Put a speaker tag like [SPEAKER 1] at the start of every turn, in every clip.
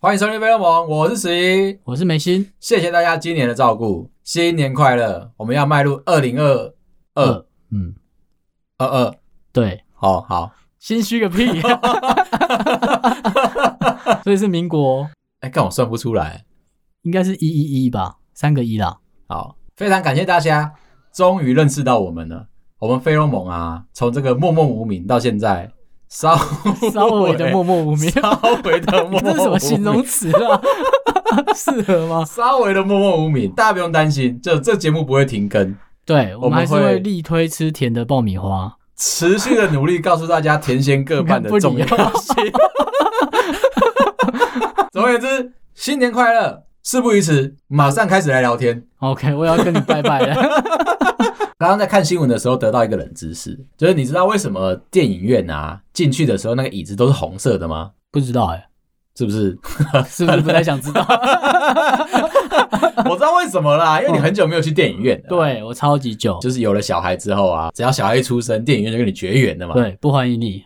[SPEAKER 1] 欢迎收听《飞龙盟》，我是十一，
[SPEAKER 2] 我是梅心，
[SPEAKER 1] 谢谢大家今年的照顾，新年快乐！我们要迈入二零二二，
[SPEAKER 2] 嗯，
[SPEAKER 1] 二二，
[SPEAKER 2] 对，
[SPEAKER 1] 好好。
[SPEAKER 2] 心虚个屁， 所以是民国，
[SPEAKER 1] 哎，干我算不出来。
[SPEAKER 2] 应该是一一一吧，三个 一啦，
[SPEAKER 1] 好，非常感谢大家，终于认识到我们了。我们飞龙盟啊，从这个默默无名到现在，稍
[SPEAKER 2] 稍微的默默 无名，
[SPEAKER 1] 稍微的 默默无名，
[SPEAKER 2] 这是什么形容词啊？适 合吗？
[SPEAKER 1] 稍微的默默无名，大家不用担心，就这节目不会停更，
[SPEAKER 2] 对，我
[SPEAKER 1] 我们
[SPEAKER 2] 们还是
[SPEAKER 1] 会
[SPEAKER 2] 会力推吃甜的爆米花。
[SPEAKER 1] 持续的努力告诉大家甜咸各半的重要性。总而言之，新年快乐！事不宜迟，马上开始来聊天。
[SPEAKER 2] OK，我也要跟你拜拜 了。
[SPEAKER 1] 刚刚在看新闻的时候得到一个冷知识，就是你知道为什么电影院啊进去的时候那个椅子都是红色的吗？
[SPEAKER 2] 不知道哎、
[SPEAKER 1] 是不是？
[SPEAKER 2] 是不是不太想 知道？
[SPEAKER 1] 我知道为什么啦，因为你很久没有去电影院了。
[SPEAKER 2] 对我超级久，
[SPEAKER 1] 就是有了小孩之后啊，只要小孩一出生，电影院就跟你绝缘了嘛。
[SPEAKER 2] 对，不欢 迎你。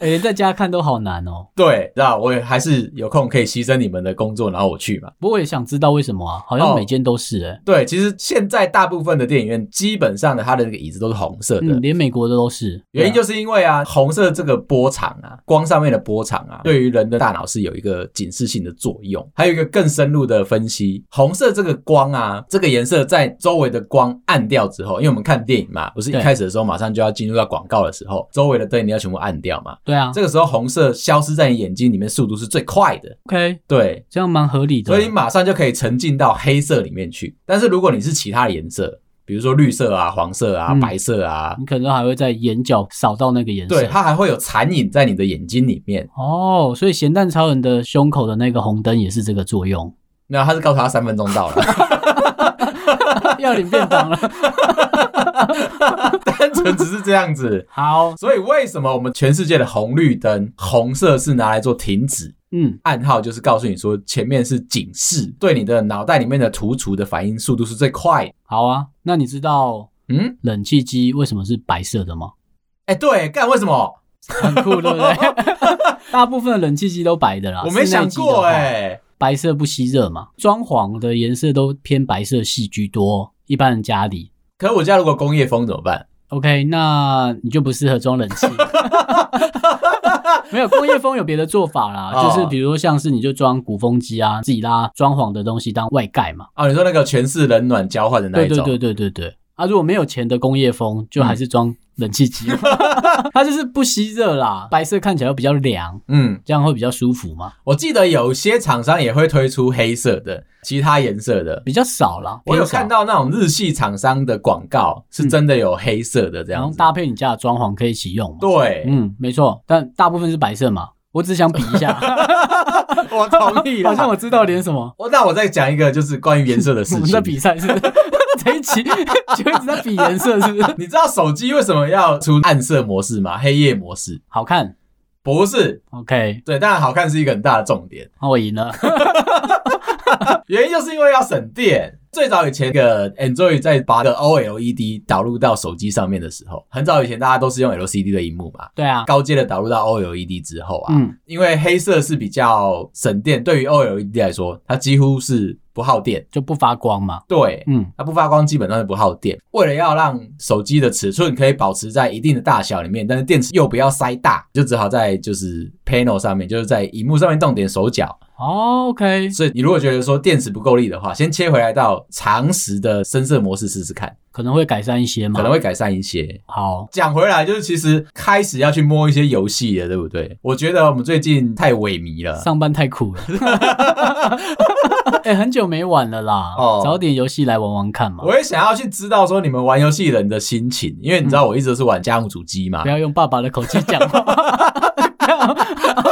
[SPEAKER 2] 哎、连在家看都好难哦。
[SPEAKER 1] 对，那我也还是有空可以牺牲你们的工作，然后我去嘛。
[SPEAKER 2] 不过我也想知道为什么啊？好
[SPEAKER 1] 哦
[SPEAKER 2] 像每间都是哎、
[SPEAKER 1] 对，其实现在大部分的电影院基本上的它的那个椅子都是红色的，
[SPEAKER 2] 嗯，连美国的都是。
[SPEAKER 1] 原因就是因为啊，红色这个波长啊，光上面的波长啊，对于人的大脑是有一个警示性的作用。还有一个更深入的分析，红色这个光啊，这个颜色在周围的光暗掉之后，因为我们看电影嘛，不是一
[SPEAKER 2] 对
[SPEAKER 1] 开始的时候马上就要进入到广告的时候，周围的灯你要全部暗掉嘛。
[SPEAKER 2] 对啊
[SPEAKER 1] 这个时候红色消失在你眼睛里面，速度是最快的。
[SPEAKER 2] ，OK，
[SPEAKER 1] 对，
[SPEAKER 2] 这样蛮合理的。
[SPEAKER 1] 所以你马上就可以沉浸到黑色里面去。但是如果你是其他的颜色，比如说绿色啊、黄色啊、
[SPEAKER 2] 嗯
[SPEAKER 1] 白色啊，
[SPEAKER 2] 你可能还会在眼角扫到那个颜色。
[SPEAKER 1] 对，它还会有残影在你的眼睛里面。
[SPEAKER 2] 哦，所以咸蛋超人的胸口的那个红灯也是这个 作用。
[SPEAKER 1] 那他是告诉他三分钟到了，
[SPEAKER 2] 要领便当了。
[SPEAKER 1] 单纯只是这样子。
[SPEAKER 2] 好，
[SPEAKER 1] 所以为什么我们全世界的红绿灯，红色是拿来做停止
[SPEAKER 2] 嗯，
[SPEAKER 1] 暗号，就是告诉你说前面是警示，对你的脑袋里面的突触的反应速度是最快的。
[SPEAKER 2] 好啊。那你知道
[SPEAKER 1] 嗯，
[SPEAKER 2] 冷气机为什么是白色的吗？
[SPEAKER 1] 哎、对，干为什么？
[SPEAKER 2] 很酷，对不对？ 大部分的冷气机都白的啦，
[SPEAKER 1] 我没
[SPEAKER 2] 室内
[SPEAKER 1] 想
[SPEAKER 2] 机的
[SPEAKER 1] 过
[SPEAKER 2] 话
[SPEAKER 1] 哎、
[SPEAKER 2] 白色不吸热嘛，装潢的颜色都偏白色系居多，一般人家里。
[SPEAKER 1] 可是我家如果工业风怎么办？
[SPEAKER 2] OK，那你就不适合装冷 气。没有工业风有别的做法啦，
[SPEAKER 1] 哦
[SPEAKER 2] 就是比如说像是你就装鼓风机啊，自己拉装潢的东西当外盖嘛。
[SPEAKER 1] 哦，你说那个全是冷暖交换的那
[SPEAKER 2] 对
[SPEAKER 1] 一种，
[SPEAKER 2] 对对对对对。啊，如果没有钱的工业风，就还是装冷气 机，它就是不吸热啦，白色看起来会比较凉，
[SPEAKER 1] 嗯，
[SPEAKER 2] 这样会比较舒服嘛。
[SPEAKER 1] 我记得有些厂商也会推出黑色的，其他颜色的。
[SPEAKER 2] 比较少啦，
[SPEAKER 1] 我有
[SPEAKER 2] 偏少
[SPEAKER 1] 看，到那种日系厂商的广告，是真的有黑色的这
[SPEAKER 2] 然
[SPEAKER 1] 样
[SPEAKER 2] 后
[SPEAKER 1] 子。
[SPEAKER 2] 搭配你家的装潢可以一起用嘛。
[SPEAKER 1] 对，
[SPEAKER 2] 嗯，没错，但大部分是白色嘛。我只想比一下，
[SPEAKER 1] 我同意
[SPEAKER 2] 好
[SPEAKER 1] 啦。
[SPEAKER 2] 像我知道点什么。
[SPEAKER 1] 我那我再讲一个，就是关于颜色的事 情。
[SPEAKER 2] 我们在比赛是不是？ 这一期就一直在比颜色，是不是？
[SPEAKER 1] 你知道手机为什么要出暗色模式吗？黑夜模式
[SPEAKER 2] 好看
[SPEAKER 1] 不是。
[SPEAKER 2] ，OK，
[SPEAKER 1] 对，当然好看是一个很大的重点，
[SPEAKER 2] 那我赢了。
[SPEAKER 1] 原因就是因为要省电。最早以前，个 Android 在把个 OLED E 导入到手机上面的时候，很早以前大家都是用 LCD 的荧幕嘛，
[SPEAKER 2] 对啊，
[SPEAKER 1] 高阶的导入到 OLED 之后啊，
[SPEAKER 2] 嗯，
[SPEAKER 1] 因为黑色是比较省电，对于 OLED 来说，它几乎是不耗电。
[SPEAKER 2] 就不发光嘛。
[SPEAKER 1] 对，
[SPEAKER 2] 嗯，
[SPEAKER 1] 它不发光基本上是不耗电。为了要让手机的尺寸可以保持在一定的大小里面，但是电池又不要塞大，就只好在就是 panel 上面，就是在荧幕上面动点手脚。
[SPEAKER 2] 哦，OK，
[SPEAKER 1] 所以你如果觉得说电池不够力的话，先切回来到常识的深色模式试试看，
[SPEAKER 2] 可能会改善一些嘛。
[SPEAKER 1] 可能会改善一些。
[SPEAKER 2] 好，
[SPEAKER 1] 讲回来，就是其实开始要去摸一些游戏了，对不对？我觉得我们最近太萎靡了。
[SPEAKER 2] 上班太苦了。呃 哎，很久没玩了啦
[SPEAKER 1] 哦，
[SPEAKER 2] 找点游戏来玩玩看嘛。
[SPEAKER 1] 我也想要去知道说你们玩游戏人的心情，因为你知道我一直都是玩家用主机嘛
[SPEAKER 2] 不。要用爸爸的口气讲话。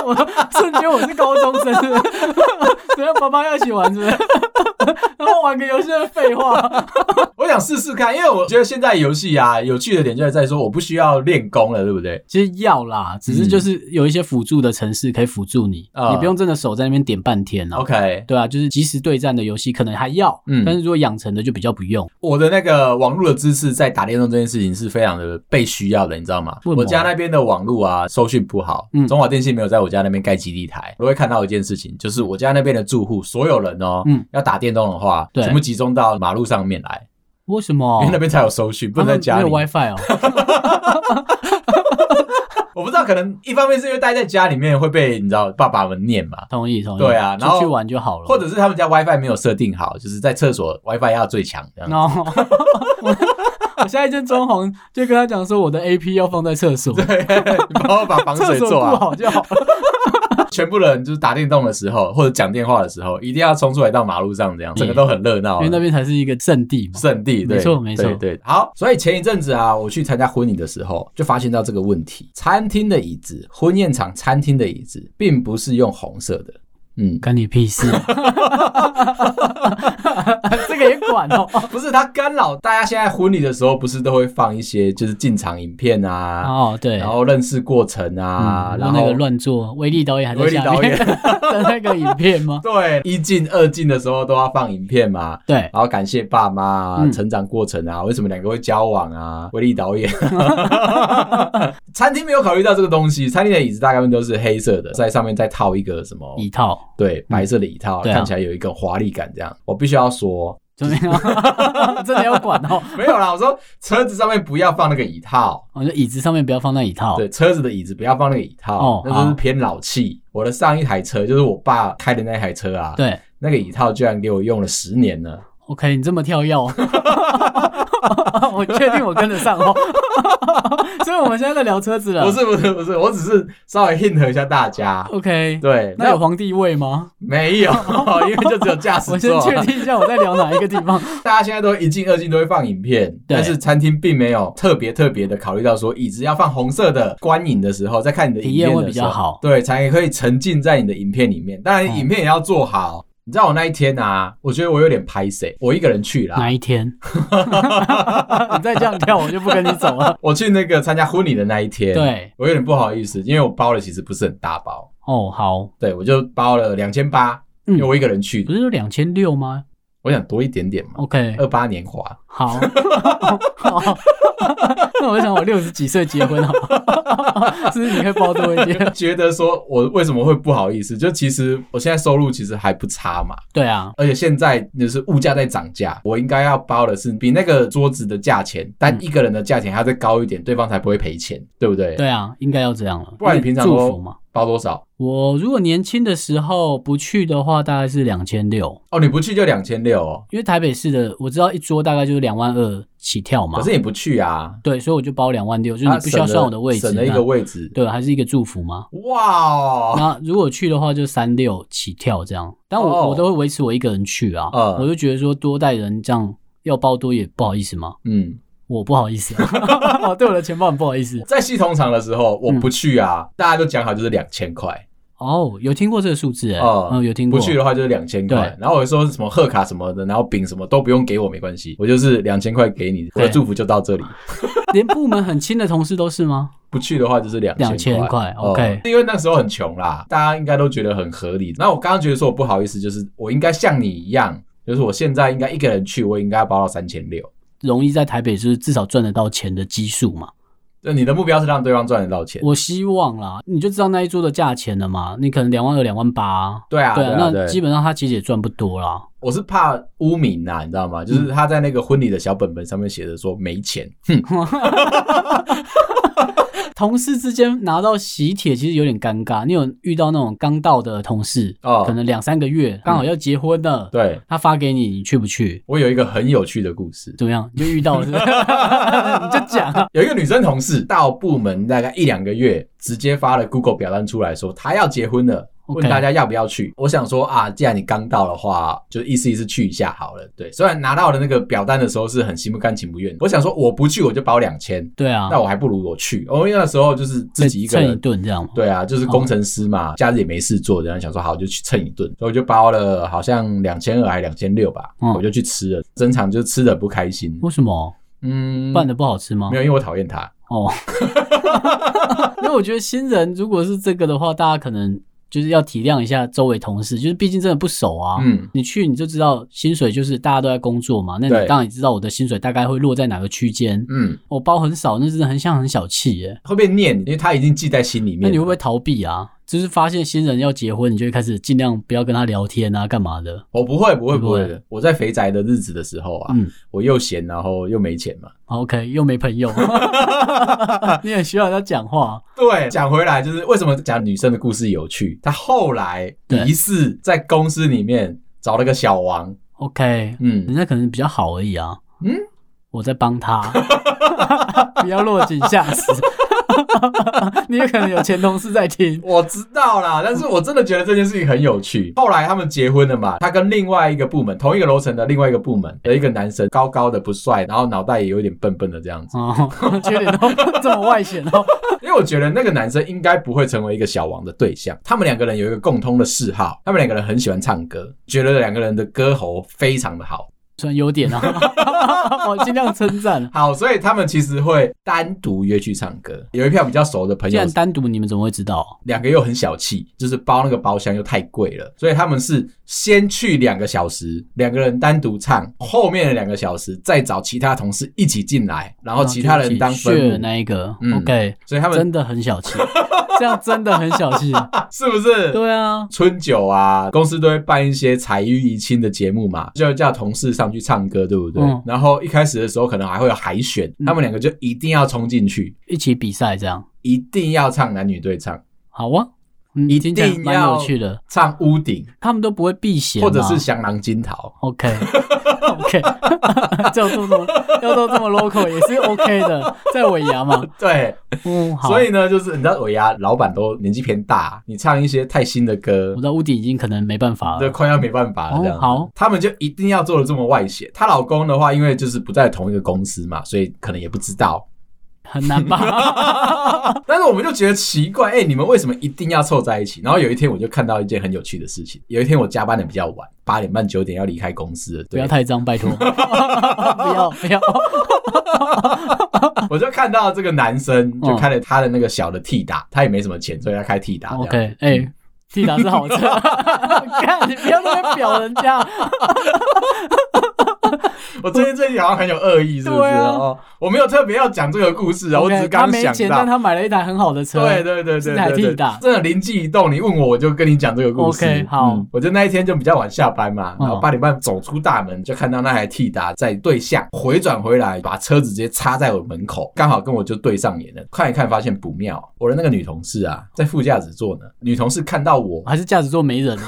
[SPEAKER 2] 我瞬间我是高中生， 是不是？ 等下爸爸要一起玩，是不是？然后玩个游戏的废话，
[SPEAKER 1] 我我想试试看，因为我觉得现在游戏啊，有趣的点就是在说我不需要练功了，对不对？
[SPEAKER 2] 其实要啦，只是就是有一些辅助的城市可以辅助你，
[SPEAKER 1] 嗯啊
[SPEAKER 2] 你不用真的守在那边点半天啊。
[SPEAKER 1] OK，
[SPEAKER 2] 对啊，就是即时对战的游戏可能还要，
[SPEAKER 1] 嗯
[SPEAKER 2] 但是如果养成的就比较不用。
[SPEAKER 1] 我的那个网络的知识在打电动这件事情是非常的被需要的，你知道吗？
[SPEAKER 2] 为什么
[SPEAKER 1] 我家那边的网络啊，收讯不好，
[SPEAKER 2] 嗯
[SPEAKER 1] 中华电信没有在我家那边盖基地台。我会看到一件事情，就是我家那边的住户，所有人哦，
[SPEAKER 2] 嗯
[SPEAKER 1] 要打电动的话，
[SPEAKER 2] 对
[SPEAKER 1] 全部集中到马路上面来，
[SPEAKER 2] 为什么？
[SPEAKER 1] 因为那边才有收讯，不能在家
[SPEAKER 2] 他
[SPEAKER 1] 里
[SPEAKER 2] 啊们。没有 WiFi 哦。
[SPEAKER 1] 我不知道，可能一方面是因为待在家里面会被你知道爸爸们念嘛，
[SPEAKER 2] 同意同意。
[SPEAKER 1] 对啊然后
[SPEAKER 2] 出去玩就好了。
[SPEAKER 1] 或者是他们家 WiFi 没有设定好，就是在厕所 WiFi 要最强这样。
[SPEAKER 2] 然后 我我下一阵装潢就跟他讲说，我的 A P 要放在厕所，
[SPEAKER 1] 对， 你帮我把防
[SPEAKER 2] 厕
[SPEAKER 1] 水
[SPEAKER 2] 所
[SPEAKER 1] 做
[SPEAKER 2] 不
[SPEAKER 1] 好。
[SPEAKER 2] 好就好了。
[SPEAKER 1] 全部人就是打电动的时候，或者讲电话的时候，一定要冲出来到马路上，这样整个都很热闹
[SPEAKER 2] 嗯因
[SPEAKER 1] 啊。
[SPEAKER 2] 为那边才是一个圣地嘛。
[SPEAKER 1] 圣地，对
[SPEAKER 2] 没错没错
[SPEAKER 1] 对对。好，所以前一阵子啊，我去参加婚礼的时候，就发现到这个问题：餐厅的椅子，婚宴场餐厅的椅子，并不是用红色的。嗯，
[SPEAKER 2] 干你屁 事！ 这个也管哦。
[SPEAKER 1] 不是它干扰大家现在婚礼的时候，不是都会放一些就是进场影片 啊，
[SPEAKER 2] 哦，对，
[SPEAKER 1] 然后认识过程啊，
[SPEAKER 2] 嗯
[SPEAKER 1] 然后
[SPEAKER 2] 那个乱做，威力导演还在
[SPEAKER 1] 威力
[SPEAKER 2] 下
[SPEAKER 1] 导
[SPEAKER 2] 面
[SPEAKER 1] 演
[SPEAKER 2] 的那个影片吗？
[SPEAKER 1] 对，一进二进的时候都要放影片嘛，
[SPEAKER 2] 对，
[SPEAKER 1] 然后感谢爸妈、啊
[SPEAKER 2] 嗯
[SPEAKER 1] 成长过程啊，为什么两个会交往啊？威力导 演，餐厅没有考虑到这个东西，餐厅的椅子大概都是黑色的，在上面再套一个什么
[SPEAKER 2] 一套
[SPEAKER 1] 对白色的椅套，
[SPEAKER 2] 对啊
[SPEAKER 1] 看起来有一个华丽感。这样，我必须要说，
[SPEAKER 2] 怎么样？ 真的要管哦。
[SPEAKER 1] 没有啦，我说车子上面不要放那个椅套，
[SPEAKER 2] 我说椅子上面不要放那一套。
[SPEAKER 1] 对，车子的椅子不要放那个椅套，
[SPEAKER 2] 哦
[SPEAKER 1] 那就
[SPEAKER 2] 好
[SPEAKER 1] 是偏老气。我的上一台车就是我爸开的那台车啊，
[SPEAKER 2] 对
[SPEAKER 1] 那个椅套居然给我用了十年了。
[SPEAKER 2] ，OK，你这么跳跃哦， 我确定我跟得上哦。 所以我们现在在聊车子了。
[SPEAKER 1] 不是不是不是，我只是稍微 hint 一下大家。
[SPEAKER 2] OK，
[SPEAKER 1] 对，
[SPEAKER 2] 那有皇帝位吗？
[SPEAKER 1] 没 有，因为就只有驾驶
[SPEAKER 2] 我先
[SPEAKER 1] 座。
[SPEAKER 2] 确定一下我在聊哪一个地方。
[SPEAKER 1] 大家现在都一进二进都会放影片，但是餐厅并没有特别特别的考虑到说椅子要放红色的，观影的时候在看你的影片的时候
[SPEAKER 2] 体验会比较好
[SPEAKER 1] 对，才可以沉浸在你的影片里面。当然，
[SPEAKER 2] 嗯
[SPEAKER 1] 影片也要做好。你知道我那一天啊，我觉得我有点拍谁，我一个人去啦
[SPEAKER 2] 哪。一天？ 你再这样跳，我就不跟你走了。
[SPEAKER 1] 我去那个参加婚礼的那一天，，
[SPEAKER 2] 对，
[SPEAKER 1] 我有点不好意思，因为我包的其实不是很大包，
[SPEAKER 2] 哦，好，
[SPEAKER 1] 对我就包了两千八，因
[SPEAKER 2] 嗯
[SPEAKER 1] 为我一个人去
[SPEAKER 2] 不，是说两千六吗
[SPEAKER 1] 我想多一点点嘛。
[SPEAKER 2] ？OK，
[SPEAKER 1] 二八年华，
[SPEAKER 2] 好， 好。那我想我六十几岁结婚好 吗，是不是你会包多一点？
[SPEAKER 1] 觉得说我为什么会不好意思？就其实我现在收入其实还不差嘛，
[SPEAKER 2] 对啊，
[SPEAKER 1] 而且现在就是物价在涨价，我应该要包的是比那个桌子的价钱，
[SPEAKER 2] 嗯
[SPEAKER 1] 但一个人的价钱还要再高一点，对方才不会赔钱，对不对？
[SPEAKER 2] 对啊，应该要这样了。
[SPEAKER 1] 不然你平常
[SPEAKER 2] 祝
[SPEAKER 1] 都
[SPEAKER 2] 福嘛。
[SPEAKER 1] 包多少？
[SPEAKER 2] 我如果年轻的时候不去的话，大概是两千六，
[SPEAKER 1] 哦，你不去就两千六哦，
[SPEAKER 2] 因为台北市的我知道一桌大概就是两万二起跳嘛
[SPEAKER 1] 可。是你不去啊，
[SPEAKER 2] 对，所以我就包两万六，就是你
[SPEAKER 1] 啊
[SPEAKER 2] 必须要
[SPEAKER 1] 省了
[SPEAKER 2] 算我的位置，
[SPEAKER 1] 省了一
[SPEAKER 2] 那
[SPEAKER 1] 个位置，
[SPEAKER 2] 对，还是一个祝福吗？
[SPEAKER 1] 哇哦，
[SPEAKER 2] 那如果去的话，就三六起跳这样。但我、
[SPEAKER 1] 哦
[SPEAKER 2] 我都会维持我一个人去啊，
[SPEAKER 1] 嗯
[SPEAKER 2] 我就觉得说多带人这样要包多也不好意思嘛，
[SPEAKER 1] 嗯，
[SPEAKER 2] 我不好意思、 啊，对我的钱包很不好意思。
[SPEAKER 1] 在系统场的时候
[SPEAKER 2] 嗯
[SPEAKER 1] 我不去啊，大家都讲好就是两千块，
[SPEAKER 2] 哦，有听过这个数字哎、
[SPEAKER 1] 哦
[SPEAKER 2] 嗯，有听过。
[SPEAKER 1] 不去的话就是两千块
[SPEAKER 2] 对。
[SPEAKER 1] 然后我说什么贺卡什么的，然后饼什么都不用给我，没关系，我就是两千块给你，我的祝福就到这里。
[SPEAKER 2] 啊连部门很亲的同事都是吗？
[SPEAKER 1] 不去的话就是两
[SPEAKER 2] 2000块
[SPEAKER 1] 哦
[SPEAKER 2] OK
[SPEAKER 1] 因为那时候很穷啦，大家应该都觉得很合理。那我刚刚觉得说我不好意思，就是我应该像你一样，就是我现在应该一个人去，我应该要包到三千六。
[SPEAKER 2] 容易在台北就是至少赚得到钱的基数嘛。
[SPEAKER 1] 那你的目标是让对方赚得到钱，
[SPEAKER 2] 我希望啦，你就知道那一桌的价钱了嘛。你可能两万二、两万八，
[SPEAKER 1] 对啊，
[SPEAKER 2] 对
[SPEAKER 1] 对啊，
[SPEAKER 2] 那基
[SPEAKER 1] 对。
[SPEAKER 2] 本上他其实也赚不多啦。
[SPEAKER 1] 我是怕污名呐、你知道吗？
[SPEAKER 2] 嗯
[SPEAKER 1] 就是他在那个婚礼的小本本上面写着说没钱，哼，
[SPEAKER 2] 同事之间拿到喜帖其实有点尴尬。你有遇到那种刚到的同事，
[SPEAKER 1] 哦
[SPEAKER 2] 可能两三个月，刚好要结婚了，
[SPEAKER 1] 对
[SPEAKER 2] 他发给你，你去不去？
[SPEAKER 1] 我有一个很有趣的故事。
[SPEAKER 2] 怎么样？你就遇到了是 不是，你就讲啊。
[SPEAKER 1] 有一个女生同事到部门大概一两个月，直接发了 Google 表单出来说她要结婚了，问大家要不要去。我想说啊，既然你刚到的话，就意思意思去一下好了。对，虽然拿到了那个表单的时候是很心不甘情不愿，我想说我不去我就包两千，
[SPEAKER 2] 对啊，
[SPEAKER 1] 那我还不如我去。哦，因为那时候就是自己一个
[SPEAKER 2] 蹭一
[SPEAKER 1] 人。
[SPEAKER 2] 顿这哦样嘛。
[SPEAKER 1] 对啊，就是工程师嘛，假日也没事做，然后想说好就去蹭一顿，所以我就包了好像两千二还两千六吧，
[SPEAKER 2] 嗯
[SPEAKER 1] 我就去吃了。正常就吃的不开心，
[SPEAKER 2] 为什么
[SPEAKER 1] 嗯，
[SPEAKER 2] 办的不好吃吗
[SPEAKER 1] 没？有，因为我讨厌他。
[SPEAKER 2] 哦， 因为我觉得新人如果是这个的话，大家可能就是要体谅一下周围同事，就是毕竟真的不熟啊。
[SPEAKER 1] 嗯，
[SPEAKER 2] 你去你就知道薪水就是大家都在工作嘛，那
[SPEAKER 1] 对
[SPEAKER 2] 你当然知道我的薪水大概会落在哪个区间。
[SPEAKER 1] 嗯，
[SPEAKER 2] 我包很少，那真的很像很小气耶。
[SPEAKER 1] 会被念，因为他已经记在心里面了。
[SPEAKER 2] 那你会不会逃避啊？就是发现新人要结婚，你就会开始尽量不要跟他聊天啊，干嘛的？
[SPEAKER 1] 我哦不会，不会，不会
[SPEAKER 2] 不
[SPEAKER 1] 的。我在肥宅的日子的时候啊，
[SPEAKER 2] 嗯
[SPEAKER 1] 我又闲，然后又没钱嘛。
[SPEAKER 2] 好，OK，又没朋友， 你很需要他讲话。
[SPEAKER 1] 对，讲回来就是为什么讲女生的故事有趣？她后来
[SPEAKER 2] 对
[SPEAKER 1] 疑似在公司里面找了个小王，
[SPEAKER 2] OK，人
[SPEAKER 1] 嗯，
[SPEAKER 2] 家可能比较好而已啊。
[SPEAKER 1] 嗯，
[SPEAKER 2] 我在帮他， 不要落井下石。 你也可能有前同事在听，
[SPEAKER 1] 我知道啦，但是我真的觉得这件事情很有趣。 后来他们结婚了嘛，她跟另外一个部门同一个楼层的另外一个部门的一个男生，高高的不帅，然后脑袋也有点笨笨的这样子。
[SPEAKER 2] 哦，缺点都这么外显哦。
[SPEAKER 1] 因为我觉得那个男生应该不会成为一个小王的对象。他们两个人有一个共通的嗜好，他们两个人很喜欢唱歌，觉得两个人的歌喉非常的好。
[SPEAKER 2] 算优点啊， 我尽量称赞。
[SPEAKER 1] 好，所以他们其实会单独约去唱歌。有一票比较熟的朋
[SPEAKER 2] 既
[SPEAKER 1] 友
[SPEAKER 2] 然，单独，你们怎么会知道？
[SPEAKER 1] 两个又很小气，就是包那个包厢又太贵了，所以他们是先去两个小时，两个人单独唱，后面的两个小时再找其他同事一起进来，然
[SPEAKER 2] 啊
[SPEAKER 1] 后哦其他人当
[SPEAKER 2] 血的
[SPEAKER 1] 分母。
[SPEAKER 2] 那一个、
[SPEAKER 1] 嗯
[SPEAKER 2] o k
[SPEAKER 1] 所以他们
[SPEAKER 2] 真的很小气， 这样真的很小气。
[SPEAKER 1] 是不是？
[SPEAKER 2] 对啊，
[SPEAKER 1] 春酒啊，公司都会办一些彩玉怡亲的节目嘛，就叫同事上去唱歌，对不对？
[SPEAKER 2] 嗯
[SPEAKER 1] 然后一开始的时候可能还会有海选，
[SPEAKER 2] 嗯
[SPEAKER 1] 他们两个就一定要冲进去，
[SPEAKER 2] 一起比赛这样，
[SPEAKER 1] 一定要唱男女对唱，
[SPEAKER 2] 好啊，嗯
[SPEAKER 1] 一
[SPEAKER 2] 听起来
[SPEAKER 1] 定
[SPEAKER 2] 蛮
[SPEAKER 1] 要
[SPEAKER 2] 有趣的。
[SPEAKER 1] 唱屋顶
[SPEAKER 2] 他们都不会避嫌吗，
[SPEAKER 1] 或者是香囊金桃。
[SPEAKER 2] OK OK，叫做这么要做这么 local 也是 OK 的，在尾牙嘛，
[SPEAKER 1] 对，
[SPEAKER 2] 嗯，好。
[SPEAKER 1] 所以呢，就是你知道尾牙老板都年纪偏大，你唱一些太新的歌
[SPEAKER 2] 我，知道屋顶已经可能没办法
[SPEAKER 1] 对，
[SPEAKER 2] 了。
[SPEAKER 1] 快要没办法了
[SPEAKER 2] 哦
[SPEAKER 1] 这样子、
[SPEAKER 2] 好
[SPEAKER 1] 他们就一定要做的这么外显。她老公的话，因为就是不在同一个公司嘛，所以可能也不知道。
[SPEAKER 2] 很难吧？
[SPEAKER 1] 但是我们就觉得奇怪，哎、你们为什么一定要凑在一起？然后有一天我就看到一件很有趣的事情。有一天我加班的比较晚，八点半九点要离开公司了，
[SPEAKER 2] 不
[SPEAKER 1] 对
[SPEAKER 2] 要，太脏，拜托，不要不要。
[SPEAKER 1] 我就看到这个男生就
[SPEAKER 2] 嗯
[SPEAKER 1] 开了他的那个小的 T 打，他也没什么钱，所以他开 T 打。这样
[SPEAKER 2] OK，哎、替打 是好车，看你不要在那边表人家，
[SPEAKER 1] 我最近最近好像很有恶意，是不是？
[SPEAKER 2] 对啊
[SPEAKER 1] 哦，我没有特别要讲这个故事啊，我只
[SPEAKER 2] OK，
[SPEAKER 1] 是
[SPEAKER 2] 他
[SPEAKER 1] 刚
[SPEAKER 2] 没
[SPEAKER 1] 想
[SPEAKER 2] 钱，但
[SPEAKER 1] 到。
[SPEAKER 2] 他买了一台很好的车，
[SPEAKER 1] 对对对对
[SPEAKER 2] 是台
[SPEAKER 1] 对对
[SPEAKER 2] T 打
[SPEAKER 1] 真的灵机一动，你问我，我就跟你讲这个故事。
[SPEAKER 2] OK，好
[SPEAKER 1] 嗯我就那一天就比较晚下班嘛，
[SPEAKER 2] 嗯
[SPEAKER 1] 然后八点半走出大门，就看到那台 T 打在对向回转回来，把车子直接插在我门口，刚好跟我就对上眼了。看一看，发现不妙，我的那个女同事啊，在副驾驶座呢。女同事看到我，
[SPEAKER 2] 还是驾驶座没人、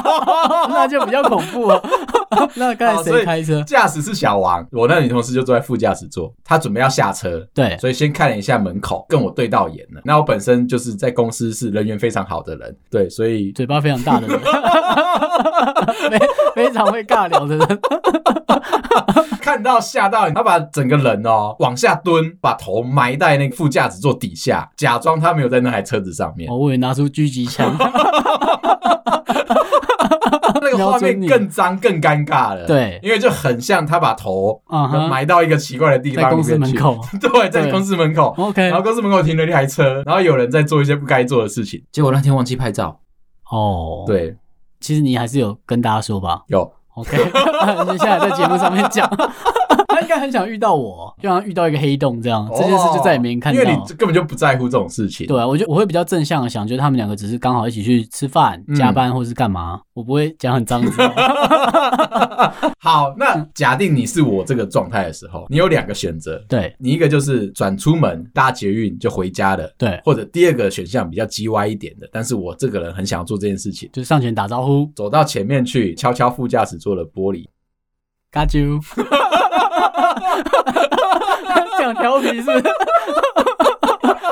[SPEAKER 2] 那就比较恐怖哦。 那刚才谁开车？
[SPEAKER 1] 驾驶是小王，我那女同事就坐在副驾驶座，她准备要下车，
[SPEAKER 2] 对，
[SPEAKER 1] 所以先看了一下门口，跟我对到眼了。那我本身就是在公司是人缘非常好的人，对，所以
[SPEAKER 2] 嘴巴非常大的 人， 非非常会尬聊 的人，
[SPEAKER 1] 看到吓到，他把整个人哦往下蹲，把头埋在那个副驾驶座底下，假装他没有在那台车子上面。
[SPEAKER 2] 哦我会拿出狙击 枪。
[SPEAKER 1] 那个画面更脏更尴尬了。
[SPEAKER 2] 对
[SPEAKER 1] 因为就很像他把头呃
[SPEAKER 2] 嗯哼
[SPEAKER 1] 埋到一个奇怪的地
[SPEAKER 2] 在
[SPEAKER 1] 方里
[SPEAKER 2] 公司
[SPEAKER 1] 面
[SPEAKER 2] 门
[SPEAKER 1] 去。
[SPEAKER 2] 口
[SPEAKER 1] 对，在
[SPEAKER 2] 对
[SPEAKER 1] 公司门口。
[SPEAKER 2] ，OK，
[SPEAKER 1] 然后公司门口停了一台车，然后有人在做一些不该做的事情。结果那天忘记拍照。
[SPEAKER 2] 哦，，
[SPEAKER 1] 对，
[SPEAKER 2] 其实你还是有跟大家说吧
[SPEAKER 1] 有
[SPEAKER 2] ，OK，接 下来在节目上面讲。他应该很想遇到我，就好像遇到一个黑洞这样，这件事就再也没人看
[SPEAKER 1] 哦因为你
[SPEAKER 2] 到。
[SPEAKER 1] 根本就不在乎这种事情。
[SPEAKER 2] 对，啊我就我会比较正向的想，就是他们两个只是刚好一起去吃饭、
[SPEAKER 1] 嗯
[SPEAKER 2] 加班或是干嘛，我不会讲很脏的字哦。
[SPEAKER 1] 好，那假定你是我这个状态的时候，你有两个选择，
[SPEAKER 2] 对
[SPEAKER 1] 你一个就是转出门搭捷运就回家了，
[SPEAKER 2] 对，
[SPEAKER 1] 或者第二个选项比较叽歪一点的，但是我这个人很想要做这件事情，
[SPEAKER 2] 就上前打招呼
[SPEAKER 1] 走到前面去敲敲副驾驶座的玻 璃，
[SPEAKER 2] 嘎 啾， 讲调皮是不是？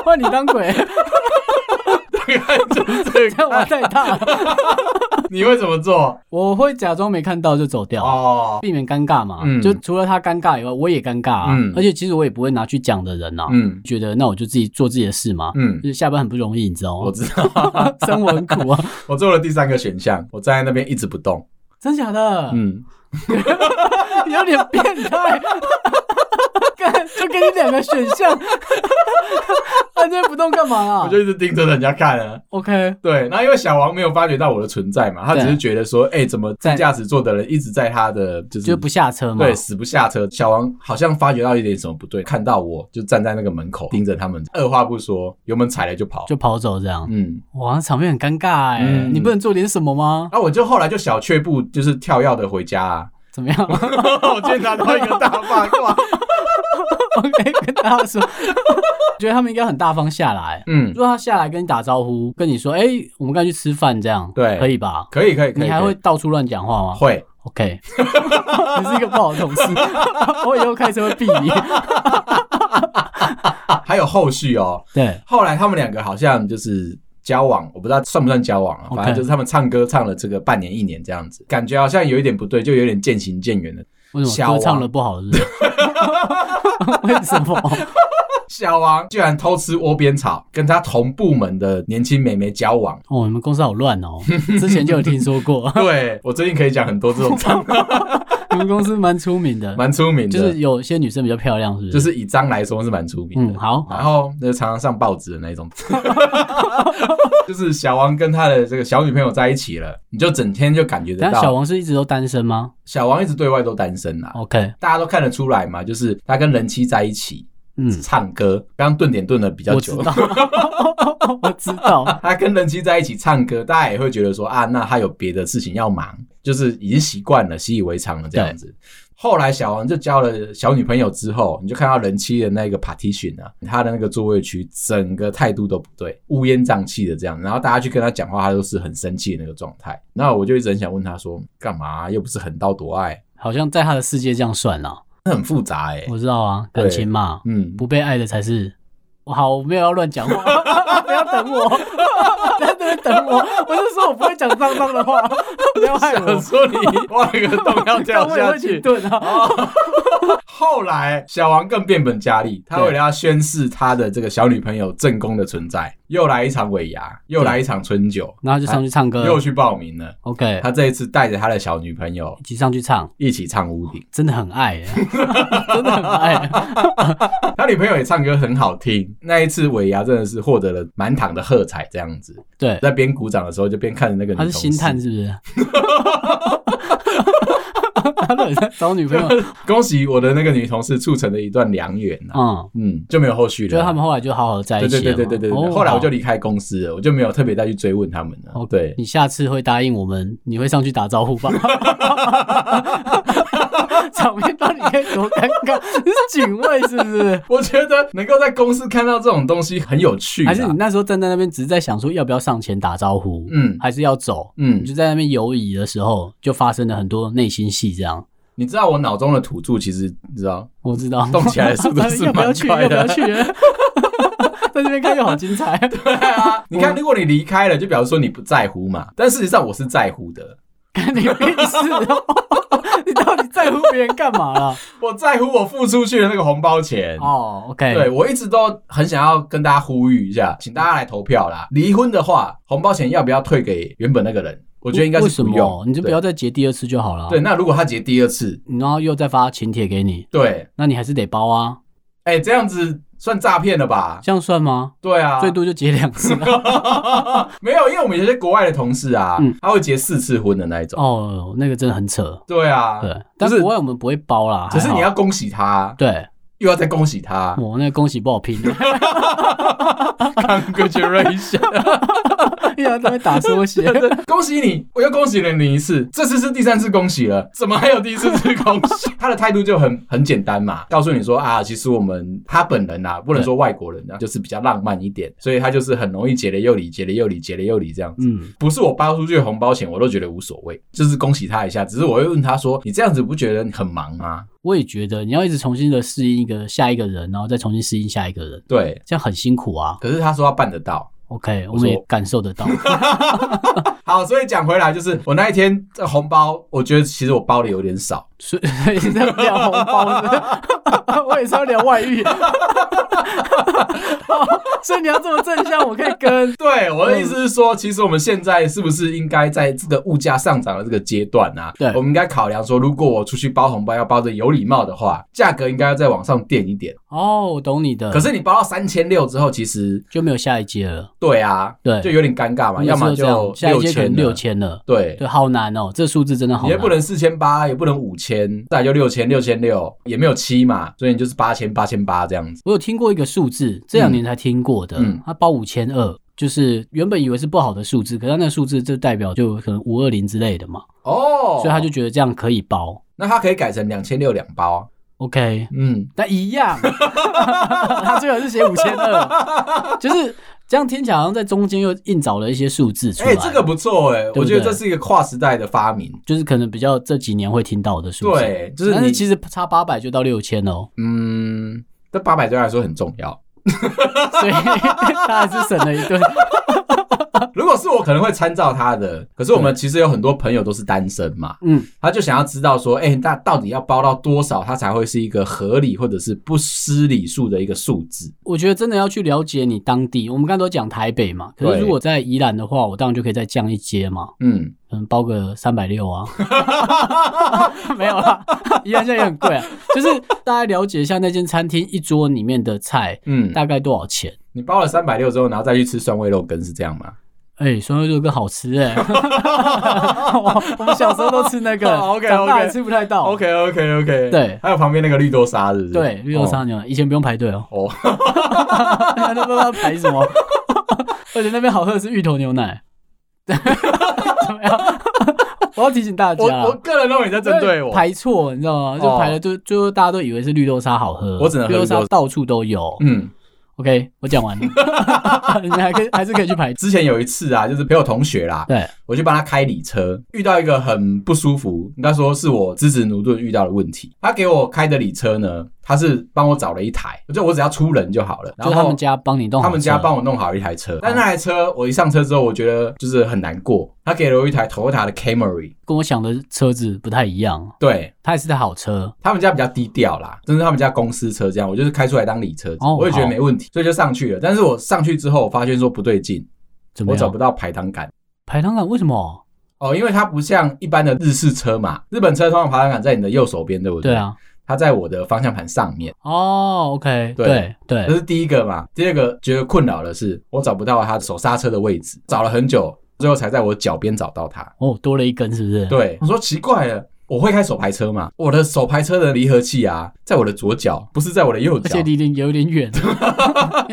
[SPEAKER 2] 换你当鬼，
[SPEAKER 1] 看准正
[SPEAKER 2] 看我
[SPEAKER 1] 看，
[SPEAKER 2] 太大了，
[SPEAKER 1] 你会怎么做？
[SPEAKER 2] 我会假装没看到就走掉。
[SPEAKER 1] 哦，
[SPEAKER 2] 避免尴尬嘛，
[SPEAKER 1] 嗯
[SPEAKER 2] 就除了他尴尬以外，我也尴尬啊。
[SPEAKER 1] 嗯
[SPEAKER 2] 而且其实我也不会拿去讲的人啊，
[SPEAKER 1] 嗯
[SPEAKER 2] 觉得那我就自己做自己的事嘛。
[SPEAKER 1] 嗯，
[SPEAKER 2] 就是下班很不容易，你知道
[SPEAKER 1] 我
[SPEAKER 2] 吗？
[SPEAKER 1] 知道，
[SPEAKER 2] 生活很 苦啊，
[SPEAKER 1] 我做了第三个选项，我站在那边一直不 动。
[SPEAKER 2] 真假的？
[SPEAKER 1] 嗯，
[SPEAKER 2] 有点变态。 干，就给你两个选项， 按这不动干嘛啊
[SPEAKER 1] 我就一直盯着人家看啊。
[SPEAKER 2] ？OK，
[SPEAKER 1] 对，那因为小王没有发觉到我的存在嘛，他
[SPEAKER 2] 对啊
[SPEAKER 1] 只是觉得说，哎、怎么在驾驶座的人一直在他的就是
[SPEAKER 2] 就不下车嘛。
[SPEAKER 1] 对死不下车。小王好像发觉到一点什么不对，看到我就站在那个门口盯着他们，二话不说，油门踩了就跑。
[SPEAKER 2] 就跑走这样。
[SPEAKER 1] 嗯，
[SPEAKER 2] 哇，那场面很尴尬哎、
[SPEAKER 1] 嗯
[SPEAKER 2] 你不能做点什么吗？
[SPEAKER 1] 啊，我就后来就小却步，就是跳跃的回家啊。
[SPEAKER 2] 怎么样
[SPEAKER 1] 我今天拿到一个大八卦。
[SPEAKER 2] ？OK，跟大家说， 我觉得他们应该很大方下来。
[SPEAKER 1] 嗯
[SPEAKER 2] 如，果他下来跟你打招呼，跟你说，哎、我们刚才去吃饭，这样
[SPEAKER 1] 对
[SPEAKER 2] 可以吧？
[SPEAKER 1] 可以可以可以。
[SPEAKER 2] 你还
[SPEAKER 1] 可
[SPEAKER 2] 会
[SPEAKER 1] 以
[SPEAKER 2] 到处乱讲话吗
[SPEAKER 1] 会？
[SPEAKER 2] ？OK，你是一个不好的同事， 我以后开车会避你。
[SPEAKER 1] 啊？还有后续哦。
[SPEAKER 2] 对，
[SPEAKER 1] 后来他们两个好像就是交往，我不知道算不算交往啊，
[SPEAKER 2] OK
[SPEAKER 1] 反正就是他们唱歌唱了这个半年一年这样子，感觉好像有一点不对，就有点渐行渐远了。
[SPEAKER 2] 为什
[SPEAKER 1] 小
[SPEAKER 2] 么
[SPEAKER 1] 王
[SPEAKER 2] 歌唱的不好是不是？ 为什么？
[SPEAKER 1] 小王居然偷吃窝边草，跟他同部门的年轻美眉交 往。
[SPEAKER 2] 哦，你们公司好乱哦，之前就有听说过，
[SPEAKER 1] 对我最近可以讲很多这种账，
[SPEAKER 2] 你们公司蛮出名的，
[SPEAKER 1] 蛮出名的，
[SPEAKER 2] 就是有些女生比较漂亮，是不是？
[SPEAKER 1] 就是以张来说是蛮出名的。
[SPEAKER 2] 嗯，好，
[SPEAKER 1] 然后那常常上报纸的那一 种，就是小王跟他的这个小女朋友在一起了，你就整天就感觉得
[SPEAKER 2] 但
[SPEAKER 1] 到
[SPEAKER 2] 小王哦是一直都单身吗
[SPEAKER 1] 小王一直对外都单身啦、
[SPEAKER 2] ？OK，
[SPEAKER 1] 大家都看得出来嘛，就是他跟人妻在一起
[SPEAKER 2] 嗯，
[SPEAKER 1] 唱歌，刚刚顿点顿的比较
[SPEAKER 2] 我知
[SPEAKER 1] 久，
[SPEAKER 2] 道，我知道，
[SPEAKER 1] 他跟人妻在一起唱歌，大家也会觉得说啊，那他有别的事情要忙，就是已经习惯了，习以为常了这样子。后来小王就交了小女朋友之后，你就看到人妻的那个 partition 啊，他的那个座位区，整个态度都不对，乌烟瘴气的这样。然后大家去跟他讲话，他都是很生气的那个状态。那我就一直很想问他说，干嘛、又不是横刀夺爱，
[SPEAKER 2] 好像在他的世界这样算啦。
[SPEAKER 1] 那很复杂哎、
[SPEAKER 2] 我知道啊，
[SPEAKER 1] 对
[SPEAKER 2] 感情嘛，
[SPEAKER 1] 嗯，
[SPEAKER 2] 不被爱的才是。我好，我没有要乱讲话， 不要等我， 不要在那边等我。我是说我不会讲脏脏的话， 不要害我
[SPEAKER 1] 想。说你挖了个洞要 掉下去。
[SPEAKER 2] 对啊，
[SPEAKER 1] 后来小王更变本加厉，他为了要宣示他的这个小女朋友正宫的存在，又来一场尾牙，又来一场春酒，
[SPEAKER 2] 然后就上去唱歌
[SPEAKER 1] 又去报名了。
[SPEAKER 2] ，OK，
[SPEAKER 1] 他这一次带着他的小女朋友
[SPEAKER 2] 一起上去唱，
[SPEAKER 1] 一起唱屋顶，
[SPEAKER 2] 真的很爱耶， 真的很爱。
[SPEAKER 1] 他女朋友也唱歌很好听。那一次尾牙真的是获得了满堂的喝彩，这样子，
[SPEAKER 2] 对，
[SPEAKER 1] 在边鼓掌的时候就边看着那个
[SPEAKER 2] 他
[SPEAKER 1] 女
[SPEAKER 2] 是
[SPEAKER 1] 同
[SPEAKER 2] 星探
[SPEAKER 1] 事。
[SPEAKER 2] 是不是？ 他都有在找 女朋友，
[SPEAKER 1] 恭喜我的那个女同事促成了一段良缘啊！
[SPEAKER 2] 嗯，
[SPEAKER 1] 嗯，就没有后续了。
[SPEAKER 2] 就是他们后来就好好在
[SPEAKER 1] 对
[SPEAKER 2] 一起
[SPEAKER 1] 对
[SPEAKER 2] 了
[SPEAKER 1] 对
[SPEAKER 2] 嘛。
[SPEAKER 1] 对对对对。
[SPEAKER 2] 哦
[SPEAKER 1] 后来我就离开公司了，我就没有特别再去追问他们了。
[SPEAKER 2] 好
[SPEAKER 1] 对，
[SPEAKER 2] 你下次会答应我们，你会上去打招呼吧？ 场面到底该多尴尬？ 你是警卫是不是？
[SPEAKER 1] 我觉得能够在公司看到这种东西很有趣啦，
[SPEAKER 2] 还是你那时候站在那边，只是在想说要不要上前打招呼，
[SPEAKER 1] 嗯
[SPEAKER 2] 还是要走？
[SPEAKER 1] 嗯
[SPEAKER 2] 你，就在那边犹疑的时候，就发生了很多内心戏。这样，
[SPEAKER 1] 你知道我脑中的土著其实你知道，
[SPEAKER 2] 我知道
[SPEAKER 1] 动起来的速度是
[SPEAKER 2] 要不要
[SPEAKER 1] 蛮
[SPEAKER 2] 去？
[SPEAKER 1] 快
[SPEAKER 2] 要不
[SPEAKER 1] 的
[SPEAKER 2] 要。去？ 在这边看就好精彩。
[SPEAKER 1] 对啊，你看，如果你离开了，就表示说你不在乎嘛。但事实上我是在乎的，
[SPEAKER 2] 干你屁事哦！ 你到底在乎别人干嘛啦？
[SPEAKER 1] 我在乎我付出去的那个红包钱。
[SPEAKER 2] 哦，OK，
[SPEAKER 1] 对，我一直都很想要跟大家呼吁一下，请大家来投票啦。离婚的话，红包钱要不要退给原本那个人？我
[SPEAKER 2] 我
[SPEAKER 1] 觉得应该
[SPEAKER 2] 为
[SPEAKER 1] 是
[SPEAKER 2] 什
[SPEAKER 1] 不
[SPEAKER 2] 么
[SPEAKER 1] 用，
[SPEAKER 2] 你就不要再结第二次就好了。
[SPEAKER 1] 对。对，那如果他结第二次，
[SPEAKER 2] 然后又再发请帖给你，
[SPEAKER 1] 对，
[SPEAKER 2] 那你还是得包啊，
[SPEAKER 1] 哎、这样子算诈骗了吧？
[SPEAKER 2] 这样算吗？
[SPEAKER 1] 对啊，
[SPEAKER 2] 最多就结两次
[SPEAKER 1] 没有，因为我们有些国外的同事啊，
[SPEAKER 2] 嗯
[SPEAKER 1] 他会结四次婚的那一种。
[SPEAKER 2] 哦，那个真的很扯。
[SPEAKER 1] 对啊，
[SPEAKER 2] 对，但
[SPEAKER 1] 就是
[SPEAKER 2] 国外我们不会包啦，
[SPEAKER 1] 可是
[SPEAKER 2] 还好嗯
[SPEAKER 1] 你要恭喜他，
[SPEAKER 2] 对，
[SPEAKER 1] 又要再恭喜他
[SPEAKER 2] 我那个恭喜不好拼， 一
[SPEAKER 1] ，congratulation，
[SPEAKER 2] 直在那边打 缩写，
[SPEAKER 1] 恭喜你，我又恭喜了你一次，这次是第三次恭喜了，怎么还有第四次恭 喜？他的态度就很很简单嘛，告诉你说啊，其实我们他本人啊，不能说外国人啊，就是比较浪漫一点，所以他就是很容易结了又离，结了又离，结了又离这样子。
[SPEAKER 2] 嗯，
[SPEAKER 1] 不是我包出去的红包钱，我都觉得无所谓，就是恭喜他一下。只是我会问他说：“你这样子不觉得很忙吗
[SPEAKER 2] 我也觉得你要一直重新的适应一个下一个人，然后再重新适应下一个人，
[SPEAKER 1] 对，
[SPEAKER 2] 这样很辛苦啊。
[SPEAKER 1] 可是他说他办得到，
[SPEAKER 2] OK，我们也感受得到。
[SPEAKER 1] 好，所以讲回来，就是我那一天这红包，我觉得其实我包里有点少。
[SPEAKER 2] 所以 所以是在聊红包是不是 我也是要聊外遇。所以你要这么正向，我可以跟
[SPEAKER 1] 对，我的意思是说，其实我们现在是不是应该在这个物价上涨的这个阶段啊？
[SPEAKER 2] 对
[SPEAKER 1] 我们应该考量说，如果我出去包红包要包的有礼貌的话，价格应该要再往上垫一点。
[SPEAKER 2] 哦，我懂你的。
[SPEAKER 1] 可是你包到三千六之后，其实
[SPEAKER 2] 就没有下一届了，
[SPEAKER 1] 对啊，
[SPEAKER 2] 对
[SPEAKER 1] 就有点尴尬嘛，要么
[SPEAKER 2] 每次都
[SPEAKER 1] 就
[SPEAKER 2] 这样下一届可
[SPEAKER 1] 千啊
[SPEAKER 2] 能六，千了。
[SPEAKER 1] 对。
[SPEAKER 2] 对，好难哦，这数字真的好
[SPEAKER 1] 也
[SPEAKER 2] 难。
[SPEAKER 1] 不能四千八，也不能五千，再来就六千、六千六，也没有七嘛，所以你就是八千、八千八这样子。
[SPEAKER 2] 我有听过一个数字，这两年才听过的，
[SPEAKER 1] 嗯
[SPEAKER 2] 它包五千二，就是原本以为是不好的数字，可是它那个数字就代表就可能五二零之类的嘛，
[SPEAKER 1] 哦，
[SPEAKER 2] 所以他就觉得这样可以包。
[SPEAKER 1] 那它可以改成两千六两包啊。
[SPEAKER 2] OK，
[SPEAKER 1] 嗯，
[SPEAKER 2] 那 一样，他最好是写五千二，就是这样听起来好像在中间又硬找了一些数字出来。
[SPEAKER 1] 哎、这个不错哎、
[SPEAKER 2] 对
[SPEAKER 1] 我
[SPEAKER 2] 不
[SPEAKER 1] 觉得
[SPEAKER 2] 对
[SPEAKER 1] 这是一个跨时代的发明。
[SPEAKER 2] 就是可能比较这几年会听到的数字。
[SPEAKER 1] 对，就是
[SPEAKER 2] 但
[SPEAKER 1] 你
[SPEAKER 2] 是其实差八百就到六千哦，
[SPEAKER 1] 嗯，这八百对他来说很重要。
[SPEAKER 2] 所以 他还是省了一顿。
[SPEAKER 1] 如果是我，可能会参照他的。可是我们其实有很多朋友都是单身嘛，
[SPEAKER 2] 嗯，
[SPEAKER 1] 他就想要知道说，哎、那到底要包到多少，他才会是一个合理或者是不失礼数的一个数字？
[SPEAKER 2] 我觉得真的要去了解你当地。我们刚才都讲台北嘛，可
[SPEAKER 1] 对
[SPEAKER 2] 是如果在宜兰的话，我当然就可以再降一阶嘛，
[SPEAKER 1] 嗯，
[SPEAKER 2] 可能包个三百六啊， 没有啦，宜兰现在也很贵啊。就是大家了解一下那间餐厅一桌里面的菜
[SPEAKER 1] 嗯，
[SPEAKER 2] 大概多少钱。
[SPEAKER 1] 你包了三百六之后，然后再去吃蒜味肉羹，是这样吗？
[SPEAKER 2] 哎、酸味肉羹好吃哎、 我我们小时候都吃那 个
[SPEAKER 1] 哦 OK，OK
[SPEAKER 2] 长大还吃不太到。
[SPEAKER 1] OK OK，
[SPEAKER 2] 对
[SPEAKER 1] 还有旁边那个绿豆沙，是不是？
[SPEAKER 2] 对，绿豆沙牛奶、以前不用排队哦，
[SPEAKER 1] 哦。哦，
[SPEAKER 2] 那不知道排什么。 而且那边好喝的是芋头牛奶， 怎么样？ 我要提醒大家
[SPEAKER 1] 哦我
[SPEAKER 2] 啊，
[SPEAKER 1] 我个人认为你在针对我。哦
[SPEAKER 2] 排错，你知道吗？就排了，就最后大家都以为是绿豆沙好喝，
[SPEAKER 1] 我只能喝
[SPEAKER 2] 绿豆
[SPEAKER 1] 绿
[SPEAKER 2] 沙
[SPEAKER 1] 豆
[SPEAKER 2] 到处都有。
[SPEAKER 1] 嗯，
[SPEAKER 2] OK，我讲完了， 你还可以还是可以 去排。
[SPEAKER 1] 之前有一次啊，就是陪我同学啦，
[SPEAKER 2] 对，
[SPEAKER 1] 我去帮他开礼车，遇到一个很不舒服，应该说是我支持牛顿遇到的问题。他给我开的礼车呢，他是帮我找了一台，就我只要出人就好了。然
[SPEAKER 2] 就
[SPEAKER 1] 后
[SPEAKER 2] 他们家帮你弄好
[SPEAKER 1] 他
[SPEAKER 2] 车，
[SPEAKER 1] 们家帮我弄好一台车，但那台车我一上车之后，我觉得就是很难过。他给了我一台 Toyota 的 Camry，
[SPEAKER 2] 跟我想的车子不太一样，
[SPEAKER 1] 对
[SPEAKER 2] 它也是台好车。
[SPEAKER 1] 他们家比较低调啦，真是他们家公司车这样，我就是开出来当礼车，
[SPEAKER 2] 哦
[SPEAKER 1] 我也觉得没问题，所以就上去了。但是我上去之后，我发现说不对劲，
[SPEAKER 2] 怎么
[SPEAKER 1] 我
[SPEAKER 2] 样
[SPEAKER 1] 找不到排档杆。
[SPEAKER 2] 排档杆为什么？
[SPEAKER 1] 哦，因为它不像一般的日式车嘛，日本车通常排挡杆在你的右手边，对不对？
[SPEAKER 2] 对，啊，
[SPEAKER 1] 它在我的方向盘上面，
[SPEAKER 2] 哦，OK，
[SPEAKER 1] 对
[SPEAKER 2] 对
[SPEAKER 1] 这
[SPEAKER 2] 对，
[SPEAKER 1] 是第一个嘛。第二个觉得困扰的是，我找不到它手刹车的位置，找了很久，最后才在我脚边找到它。
[SPEAKER 2] 哦，多了一根是不是？，
[SPEAKER 1] 对，我说奇怪了。我会开手排车嘛？我的手排车的离合器啊，在我的左脚，不是在我的右
[SPEAKER 2] 而
[SPEAKER 1] 脚
[SPEAKER 2] 且。离得有点远， 因为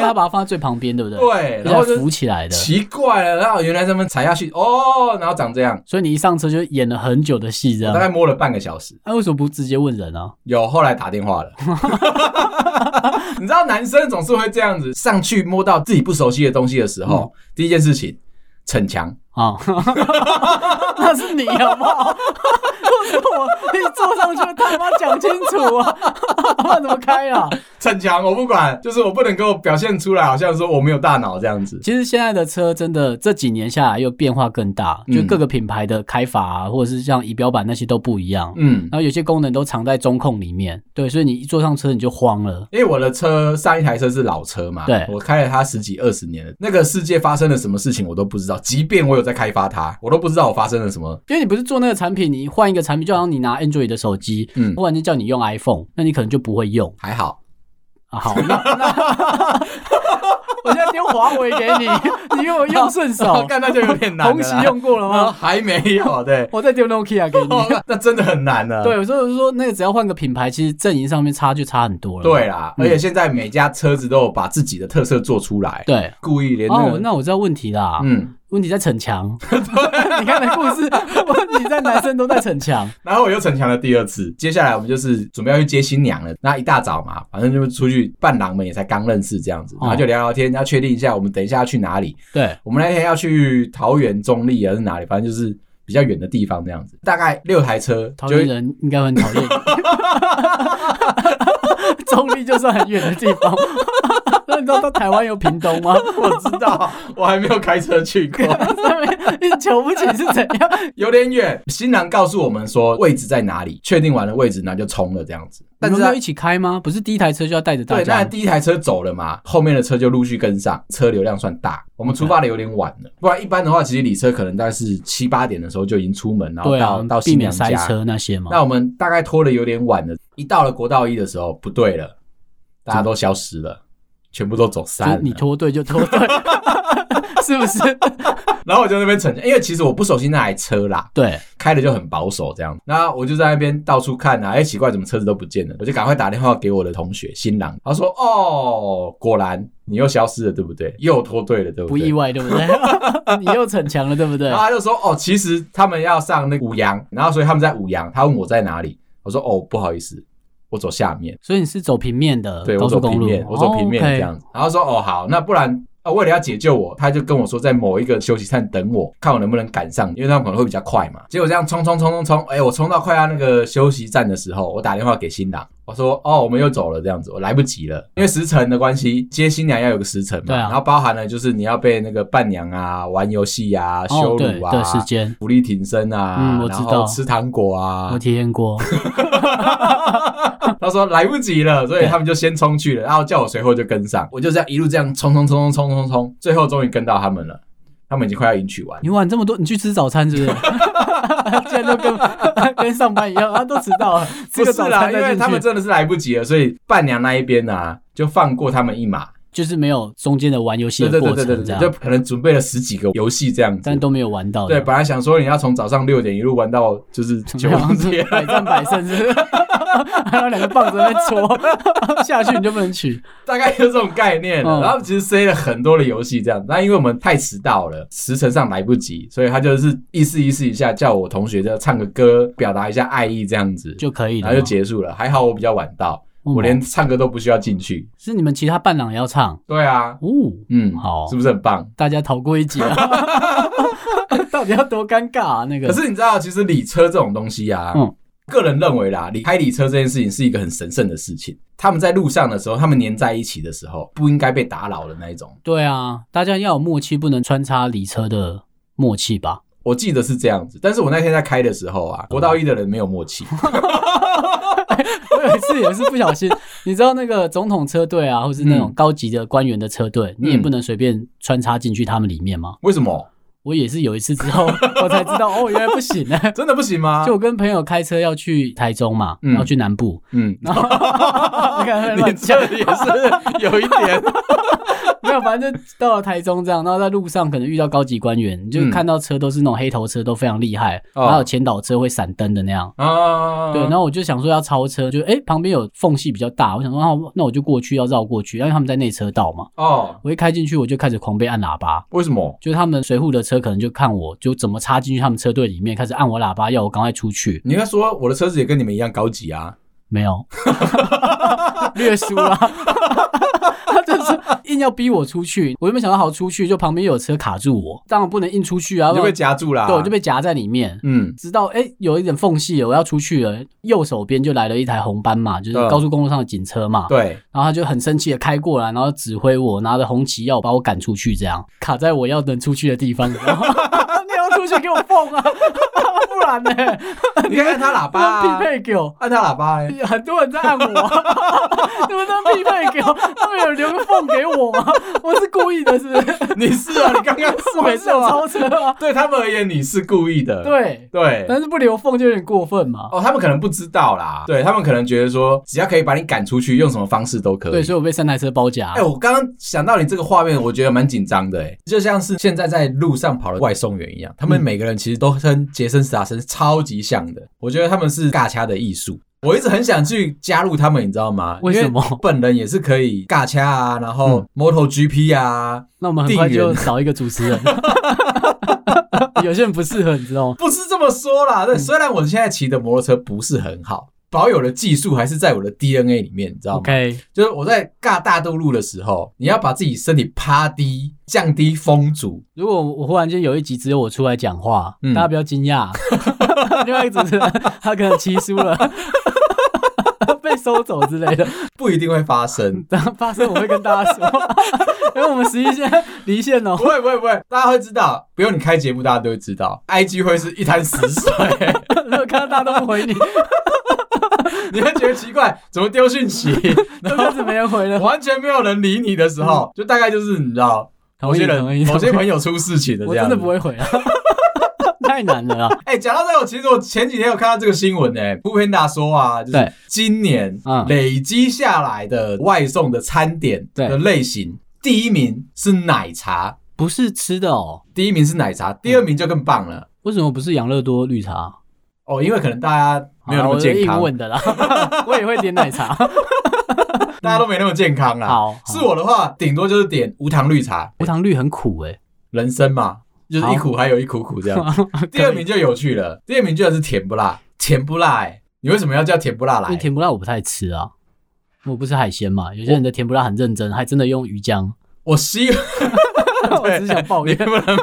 [SPEAKER 2] 它把它放在最旁边，对不对？，
[SPEAKER 1] 对，然
[SPEAKER 2] 然后
[SPEAKER 1] 后就
[SPEAKER 2] 浮起来的，
[SPEAKER 1] 奇怪了，然后原来他们踩下去哦，然后长这样，
[SPEAKER 2] 所以你一上车就演了很久的戏，这
[SPEAKER 1] 我
[SPEAKER 2] 样
[SPEAKER 1] 大。概摸了半个小时。
[SPEAKER 2] 那为什么不直接问人啊？
[SPEAKER 1] 有后来打电 话了，你知道男生总是会这样子上去摸到自己不熟悉的东西的时候，第一件事情逞强，
[SPEAKER 2] 啊，那是你好不好？ 都是我，你坐上去他妈讲清楚啊， 怎么开啊？
[SPEAKER 1] 逞强我不管，就是我不能够表现出来，好像说我没有大脑这样子。
[SPEAKER 2] 其实现在的车真的这几年下来又变化更大，
[SPEAKER 1] 嗯
[SPEAKER 2] 就各个品牌的开法啊，或者是像仪表板那些都不一样。
[SPEAKER 1] 嗯，
[SPEAKER 2] 然后有些功能都藏在中控里面，对，所以你一坐上车你就慌了。
[SPEAKER 1] 因为我的车上一台车是老车嘛，
[SPEAKER 2] 对
[SPEAKER 1] 我开了它十几二十年了，那个世界发生了什么事情我都不知道，即便我有在开发它，我都不知道我发生了什么。
[SPEAKER 2] 因为你不是做那个产品，你换一个产品，就好像你拿 Android 的手机，
[SPEAKER 1] 嗯
[SPEAKER 2] 嗯，忽然间叫你用 iPhone，那你可能就不会用
[SPEAKER 1] 还好，。
[SPEAKER 2] 啊。好，那那我现在丢华为给你，你给我用顺 手
[SPEAKER 1] 干那就有点难了啦。
[SPEAKER 2] 红旗用过了
[SPEAKER 1] 啊
[SPEAKER 2] 吗？，
[SPEAKER 1] 还没有， 对
[SPEAKER 2] 我再丢 Nokia 给你。
[SPEAKER 1] 哦那真的很难了。
[SPEAKER 2] 对，所以我就说那个只要换个品牌，其实阵营上面差就差很多了。
[SPEAKER 1] 对啦，
[SPEAKER 2] 嗯
[SPEAKER 1] 而且现在每家车子都有把自己的特色做出来，
[SPEAKER 2] 对。
[SPEAKER 1] 故意连那
[SPEAKER 2] 哦，
[SPEAKER 1] 个。
[SPEAKER 2] 那我知道问题啦。
[SPEAKER 1] 嗯，
[SPEAKER 2] 问题在 逞强。 你看的故事，问题在男生都在逞强。
[SPEAKER 1] 然后我又逞强了第二次。接下来我们就是准备要去接新娘了，那一大早嘛，反正就是出去伴郎们也才刚认识这样子，
[SPEAKER 2] 哦
[SPEAKER 1] 然后就聊聊天，要确定一下我们等一下要去哪里。
[SPEAKER 2] 对，
[SPEAKER 1] 我们那天要去桃园中立啊还是哪里，反正就是比较远的地方这样子，大概六台车，
[SPEAKER 2] 讨
[SPEAKER 1] 就
[SPEAKER 2] 厌人应该会很讨厌你。中立就算很远的地方， 那你知道到台湾有屏东吗？
[SPEAKER 1] 我知道，我还没有开车去过，
[SPEAKER 2] 上面你瞧不起是怎样？
[SPEAKER 1] 有点远。新郎告诉我们说位置在哪里，确定完了位置，那就冲了这样子。 但
[SPEAKER 2] 你
[SPEAKER 1] 是
[SPEAKER 2] 们
[SPEAKER 1] 他
[SPEAKER 2] 要一起开吗？不是第一台车就要带着大
[SPEAKER 1] 对，那
[SPEAKER 2] 家？
[SPEAKER 1] 第一台车走了嘛，后面的车就陆续跟上，车流量算大。我们出发的有点晚了，不然一般的话，其实礼车可能大概是七八点的时候就已经出门，然后
[SPEAKER 2] 对
[SPEAKER 1] 到、
[SPEAKER 2] 啊，
[SPEAKER 1] 到
[SPEAKER 2] 避
[SPEAKER 1] 新
[SPEAKER 2] 免
[SPEAKER 1] 娘
[SPEAKER 2] 塞
[SPEAKER 1] 家。
[SPEAKER 2] 车那些嘛。
[SPEAKER 1] 那我们大概拖的有点晚了，一到了国道一的时候，不对了，大家都消失了，全部都走散
[SPEAKER 2] 就是
[SPEAKER 1] 了。
[SPEAKER 2] 你脱队就脱 队，是不是？
[SPEAKER 1] 然后我就在那边逞，因为其实我不熟悉那台车啦，
[SPEAKER 2] 对，
[SPEAKER 1] 开的就很保守这样。那我就在那边到处看啊，哎、奇怪，怎么车子都不见了？我就赶快打电话给我的同学新郎，他说：“哦，果然你又消失了，对不对？又脱队了，对
[SPEAKER 2] 不
[SPEAKER 1] 对？”
[SPEAKER 2] 意外，对 不对？你又逞强了，对不对
[SPEAKER 1] 然？后他就说：“哦，其实他们要上那个五羊，然后所以他们在五羊。”他问我在哪里，我说：“哦，不好意思，我走下面。”
[SPEAKER 2] 所以你是走平面的
[SPEAKER 1] 对我
[SPEAKER 2] 高
[SPEAKER 1] 走
[SPEAKER 2] 速公
[SPEAKER 1] 平
[SPEAKER 2] 路
[SPEAKER 1] 面，，我走平面这样子。然后说哦好，那不然啊，为了要解救我，他就跟我说在某一个休息站等我，看我能不能赶上，因为他们可能会比较快嘛。结果这样冲冲冲冲冲，哎、我冲到快要那个休息站的时候，我打电话给新郎。我说哦，我们又走了这样子，我来不及了，因为时辰的关系，接新娘要有个时辰嘛，
[SPEAKER 2] 对啊
[SPEAKER 1] 然后包含了就是你要被那个伴娘啊、玩游戏啊、
[SPEAKER 2] OK。
[SPEAKER 1] 羞
[SPEAKER 2] 哦，对
[SPEAKER 1] 辱啊、
[SPEAKER 2] 的时间，
[SPEAKER 1] 福利挺身啊，
[SPEAKER 2] 嗯我
[SPEAKER 1] 然
[SPEAKER 2] 知
[SPEAKER 1] 后
[SPEAKER 2] 道
[SPEAKER 1] 吃糖果啊，
[SPEAKER 2] 我体验过。
[SPEAKER 1] 他说来不及了，所以他们就先冲去了，然后叫我随后就跟上，我就这样一路这样冲冲冲冲冲冲冲，最后终于跟到他们了，他们已经快要迎娶完
[SPEAKER 2] 你。晚这么多，你去吃早餐是不是？ 竟然都跟 跟上班一样，啊，都迟到了，吃
[SPEAKER 1] 不
[SPEAKER 2] 个
[SPEAKER 1] 是
[SPEAKER 2] 早
[SPEAKER 1] 啦，
[SPEAKER 2] 餐
[SPEAKER 1] 因为
[SPEAKER 2] 再进
[SPEAKER 1] 他们
[SPEAKER 2] 去，
[SPEAKER 1] 真的是来不及了，所以伴娘那一边啊，就放过他们一马。
[SPEAKER 2] 就是没有中间的玩游戏
[SPEAKER 1] 对对
[SPEAKER 2] 的
[SPEAKER 1] 对
[SPEAKER 2] 过
[SPEAKER 1] 对对
[SPEAKER 2] 程，这
[SPEAKER 1] 对，
[SPEAKER 2] 样
[SPEAKER 1] 就，可能准备了十几个游戏这样
[SPEAKER 2] 但
[SPEAKER 1] 子。
[SPEAKER 2] 都没有玩到。，
[SPEAKER 1] 对，本来想说你要从早上六点一路玩到就是九点
[SPEAKER 2] 百战百胜是不是？ 还有两个棒子在戳 下去，你就不能取。
[SPEAKER 1] 大概就这种概念了。
[SPEAKER 2] 嗯
[SPEAKER 1] 然后其实塞了很多的游戏这样，那因为我们太迟到了，时辰上来不及，所以他就是意思意思一下，叫我同学就唱个歌，表达一下爱意这样子，
[SPEAKER 2] 就可以了
[SPEAKER 1] 然
[SPEAKER 2] 吗。
[SPEAKER 1] 后就结束了。还好我比较晚到，
[SPEAKER 2] 嗯
[SPEAKER 1] 我连唱歌都不需要进去。
[SPEAKER 2] 是你们其他伴郎也要唱
[SPEAKER 1] 对啊，
[SPEAKER 2] 哦，
[SPEAKER 1] 嗯，
[SPEAKER 2] 好
[SPEAKER 1] 是不是很棒？
[SPEAKER 2] 大家逃过一劫啊！ 到底要多尴尬啊？那个
[SPEAKER 1] 可是你知道，其实礼车这种东西啊，
[SPEAKER 2] 嗯
[SPEAKER 1] 个人认为啦，礼开礼车这件事情是一个很神圣的事情。他们在路上的时候，他们黏在一起的时候，不应该被打扰的那一种。
[SPEAKER 2] 对啊，大家要有默契，不能穿插离车的默契吧？
[SPEAKER 1] 我记得是这样子，但是我那天在开的时候
[SPEAKER 2] 嗯
[SPEAKER 1] 啊，国道一的人没有默契，
[SPEAKER 2] 我有一次也是不小心，你知道那个总统车队啊，或是那
[SPEAKER 1] 嗯
[SPEAKER 2] 种高级的官员的车队，你也不能随便穿插进去他们里面吗？
[SPEAKER 1] 为什么？
[SPEAKER 2] 我也是有一次之后，我才知道哦，原来不行呢。
[SPEAKER 1] 真的不行吗？
[SPEAKER 2] 就我跟朋友开车要去台中嘛，
[SPEAKER 1] 嗯
[SPEAKER 2] 要去 南部，
[SPEAKER 1] 嗯，
[SPEAKER 2] 你看
[SPEAKER 1] 你
[SPEAKER 2] 乱讲
[SPEAKER 1] 这，啊也是有一 点，
[SPEAKER 2] 没有，反正就到了台中这样，然后在路上可能遇到高级官员，你就
[SPEAKER 1] 嗯
[SPEAKER 2] 看到车都是那种黑头车，都非常厉害，
[SPEAKER 1] 哦
[SPEAKER 2] 还有前导车会闪灯的那样。
[SPEAKER 1] 啊，
[SPEAKER 2] 对，然后我就想说要超车，就诶旁边有缝隙比较大，我想说那那我就过去要绕过去，因为他们在内车道嘛。
[SPEAKER 1] 哦，
[SPEAKER 2] 我一开进去我就开始狂被按喇叭，
[SPEAKER 1] 为什么？
[SPEAKER 2] 就是他们随护的车可能就看我就怎么插进去他们车队里面，开始按我喇叭要我赶快出去。
[SPEAKER 1] 你应该说我的车子也跟你们一样高级啊，
[SPEAKER 2] 没有，略输了。 他就是硬要逼我出去，我原本想到好出去，就旁边有车卡住我，当然不能硬出去啊，
[SPEAKER 1] 你就
[SPEAKER 2] 不
[SPEAKER 1] 被
[SPEAKER 2] 然
[SPEAKER 1] 夹住啦。
[SPEAKER 2] 对，我就被夹在里面。
[SPEAKER 1] 嗯
[SPEAKER 2] 直到哎、诶有一点缝隙了，我要出去了，右手边就来了一台红斑马，就是
[SPEAKER 1] 嗯
[SPEAKER 2] 高速公路上的警车嘛。
[SPEAKER 1] 对，
[SPEAKER 2] 然后他就很生气的开过来，然后指挥我拿着红旗要我把我赶出去，这样卡在我要能出去的地方。你 知道吗你要出去给我碰啊，不然 呢？
[SPEAKER 1] 你看按他喇叭啊
[SPEAKER 2] 匹，配给我。
[SPEAKER 1] 按他喇叭 欸，
[SPEAKER 2] 很多人在按我，你们都匹配给我，他们有留个缝给我吗？ 我是故意的，是不 是？
[SPEAKER 1] 你是啊，你刚刚是
[SPEAKER 2] 我
[SPEAKER 1] 没
[SPEAKER 2] 是
[SPEAKER 1] 错
[SPEAKER 2] 想
[SPEAKER 1] 啊，
[SPEAKER 2] 超车啊，
[SPEAKER 1] 对他们而言你是故意的，
[SPEAKER 2] 对，
[SPEAKER 1] 对。
[SPEAKER 2] 但是不留缝就有点过分嘛。
[SPEAKER 1] 哦，他们可能不知道啦，对他们可能觉得说，只要可以把你赶出去，用什么方式都可以。
[SPEAKER 2] 对，所以我被三台车包夹
[SPEAKER 1] 哎、。我刚刚想到你这个画面，我觉得蛮紧张的、哎，就像是现在在路上跑的外送员一样，他们
[SPEAKER 2] 嗯
[SPEAKER 1] 每个人其实都跟杰森·斯坦森超级像的，我觉得他们是尬掐的艺术。我一直很想去加入他们，你知道吗？
[SPEAKER 2] 为什么嗯
[SPEAKER 1] 因本人也是可以尬掐啊，然后 MotoGP 啊，
[SPEAKER 2] 那我们很快
[SPEAKER 1] 定
[SPEAKER 2] 就
[SPEAKER 1] 员
[SPEAKER 2] 少一个主持人。 有些人不适合，你知道吗？
[SPEAKER 1] 不是这么说啦。
[SPEAKER 2] 嗯
[SPEAKER 1] 对，虽然我现在骑的摩托车不是很好，保有的技术还是在我的 DNA 里面，你知道吗
[SPEAKER 2] OK，
[SPEAKER 1] 就是我在尬大渡路的时候，你要把自己身体趴低，降低风阻，
[SPEAKER 2] 如果我忽然间有一集只有我出来讲话，
[SPEAKER 1] 嗯
[SPEAKER 2] 大家不要惊讶。另外一个主持人他可能骑输了， 被收走之类的，
[SPEAKER 1] 不一定会发 生。
[SPEAKER 2] 等发生我会跟大家说， 因为我们十一现在离线哦
[SPEAKER 1] 不。会不会不会，大家会知道，不用你开节目，大家都会知道。IG 会是一滩死水，
[SPEAKER 2] 如果看到大家都不回你，
[SPEAKER 1] 你会觉得奇怪，怎么丢讯息，
[SPEAKER 2] 都开始没人回了。
[SPEAKER 1] 完全没有人理你的时候，
[SPEAKER 2] 嗯
[SPEAKER 1] 就大概就是你知道，某
[SPEAKER 2] 同意
[SPEAKER 1] 些
[SPEAKER 2] 同意
[SPEAKER 1] 人
[SPEAKER 2] 同意
[SPEAKER 1] 某些朋友出事情的
[SPEAKER 2] 我
[SPEAKER 1] 这样子。
[SPEAKER 2] 真的不会回啊， 太难了啦。
[SPEAKER 1] 哎、讲到这个，其实我前几天有看到这个新闻呢、欸，布片达说啊，就
[SPEAKER 2] 对
[SPEAKER 1] 是今年
[SPEAKER 2] 嗯
[SPEAKER 1] 累积下来的外送的餐点
[SPEAKER 2] 对
[SPEAKER 1] 的类型，第一名是奶茶，
[SPEAKER 2] 不是吃的哦，
[SPEAKER 1] 第一名是奶茶，第二名就更棒了、
[SPEAKER 2] 为什么不是养乐多绿茶？
[SPEAKER 1] 哦，因为可能大家没有那
[SPEAKER 2] 好啦
[SPEAKER 1] 么
[SPEAKER 2] 我是
[SPEAKER 1] 健
[SPEAKER 2] 硬
[SPEAKER 1] 康，
[SPEAKER 2] 问的啦， 我也会点奶 茶。
[SPEAKER 1] 大家都没那么健康啦。
[SPEAKER 2] 嗯好，
[SPEAKER 1] 是我的话，顶多就是点无糖绿茶，
[SPEAKER 2] 无糖绿很苦哎、
[SPEAKER 1] 人生嘛，就是一
[SPEAKER 2] 好
[SPEAKER 1] 苦还有一苦苦这 样。第二名就有趣了，第二名居然是甜不辣，甜不辣、欸，你为什么要叫甜不辣
[SPEAKER 2] 因为
[SPEAKER 1] 来？
[SPEAKER 2] 甜不辣我不太吃啊，我不吃海鲜嘛。有些人的甜不辣很认真，还真的用鱼 浆。
[SPEAKER 1] 我希望
[SPEAKER 2] 我只是想抱
[SPEAKER 1] 你
[SPEAKER 2] 怨，
[SPEAKER 1] 不能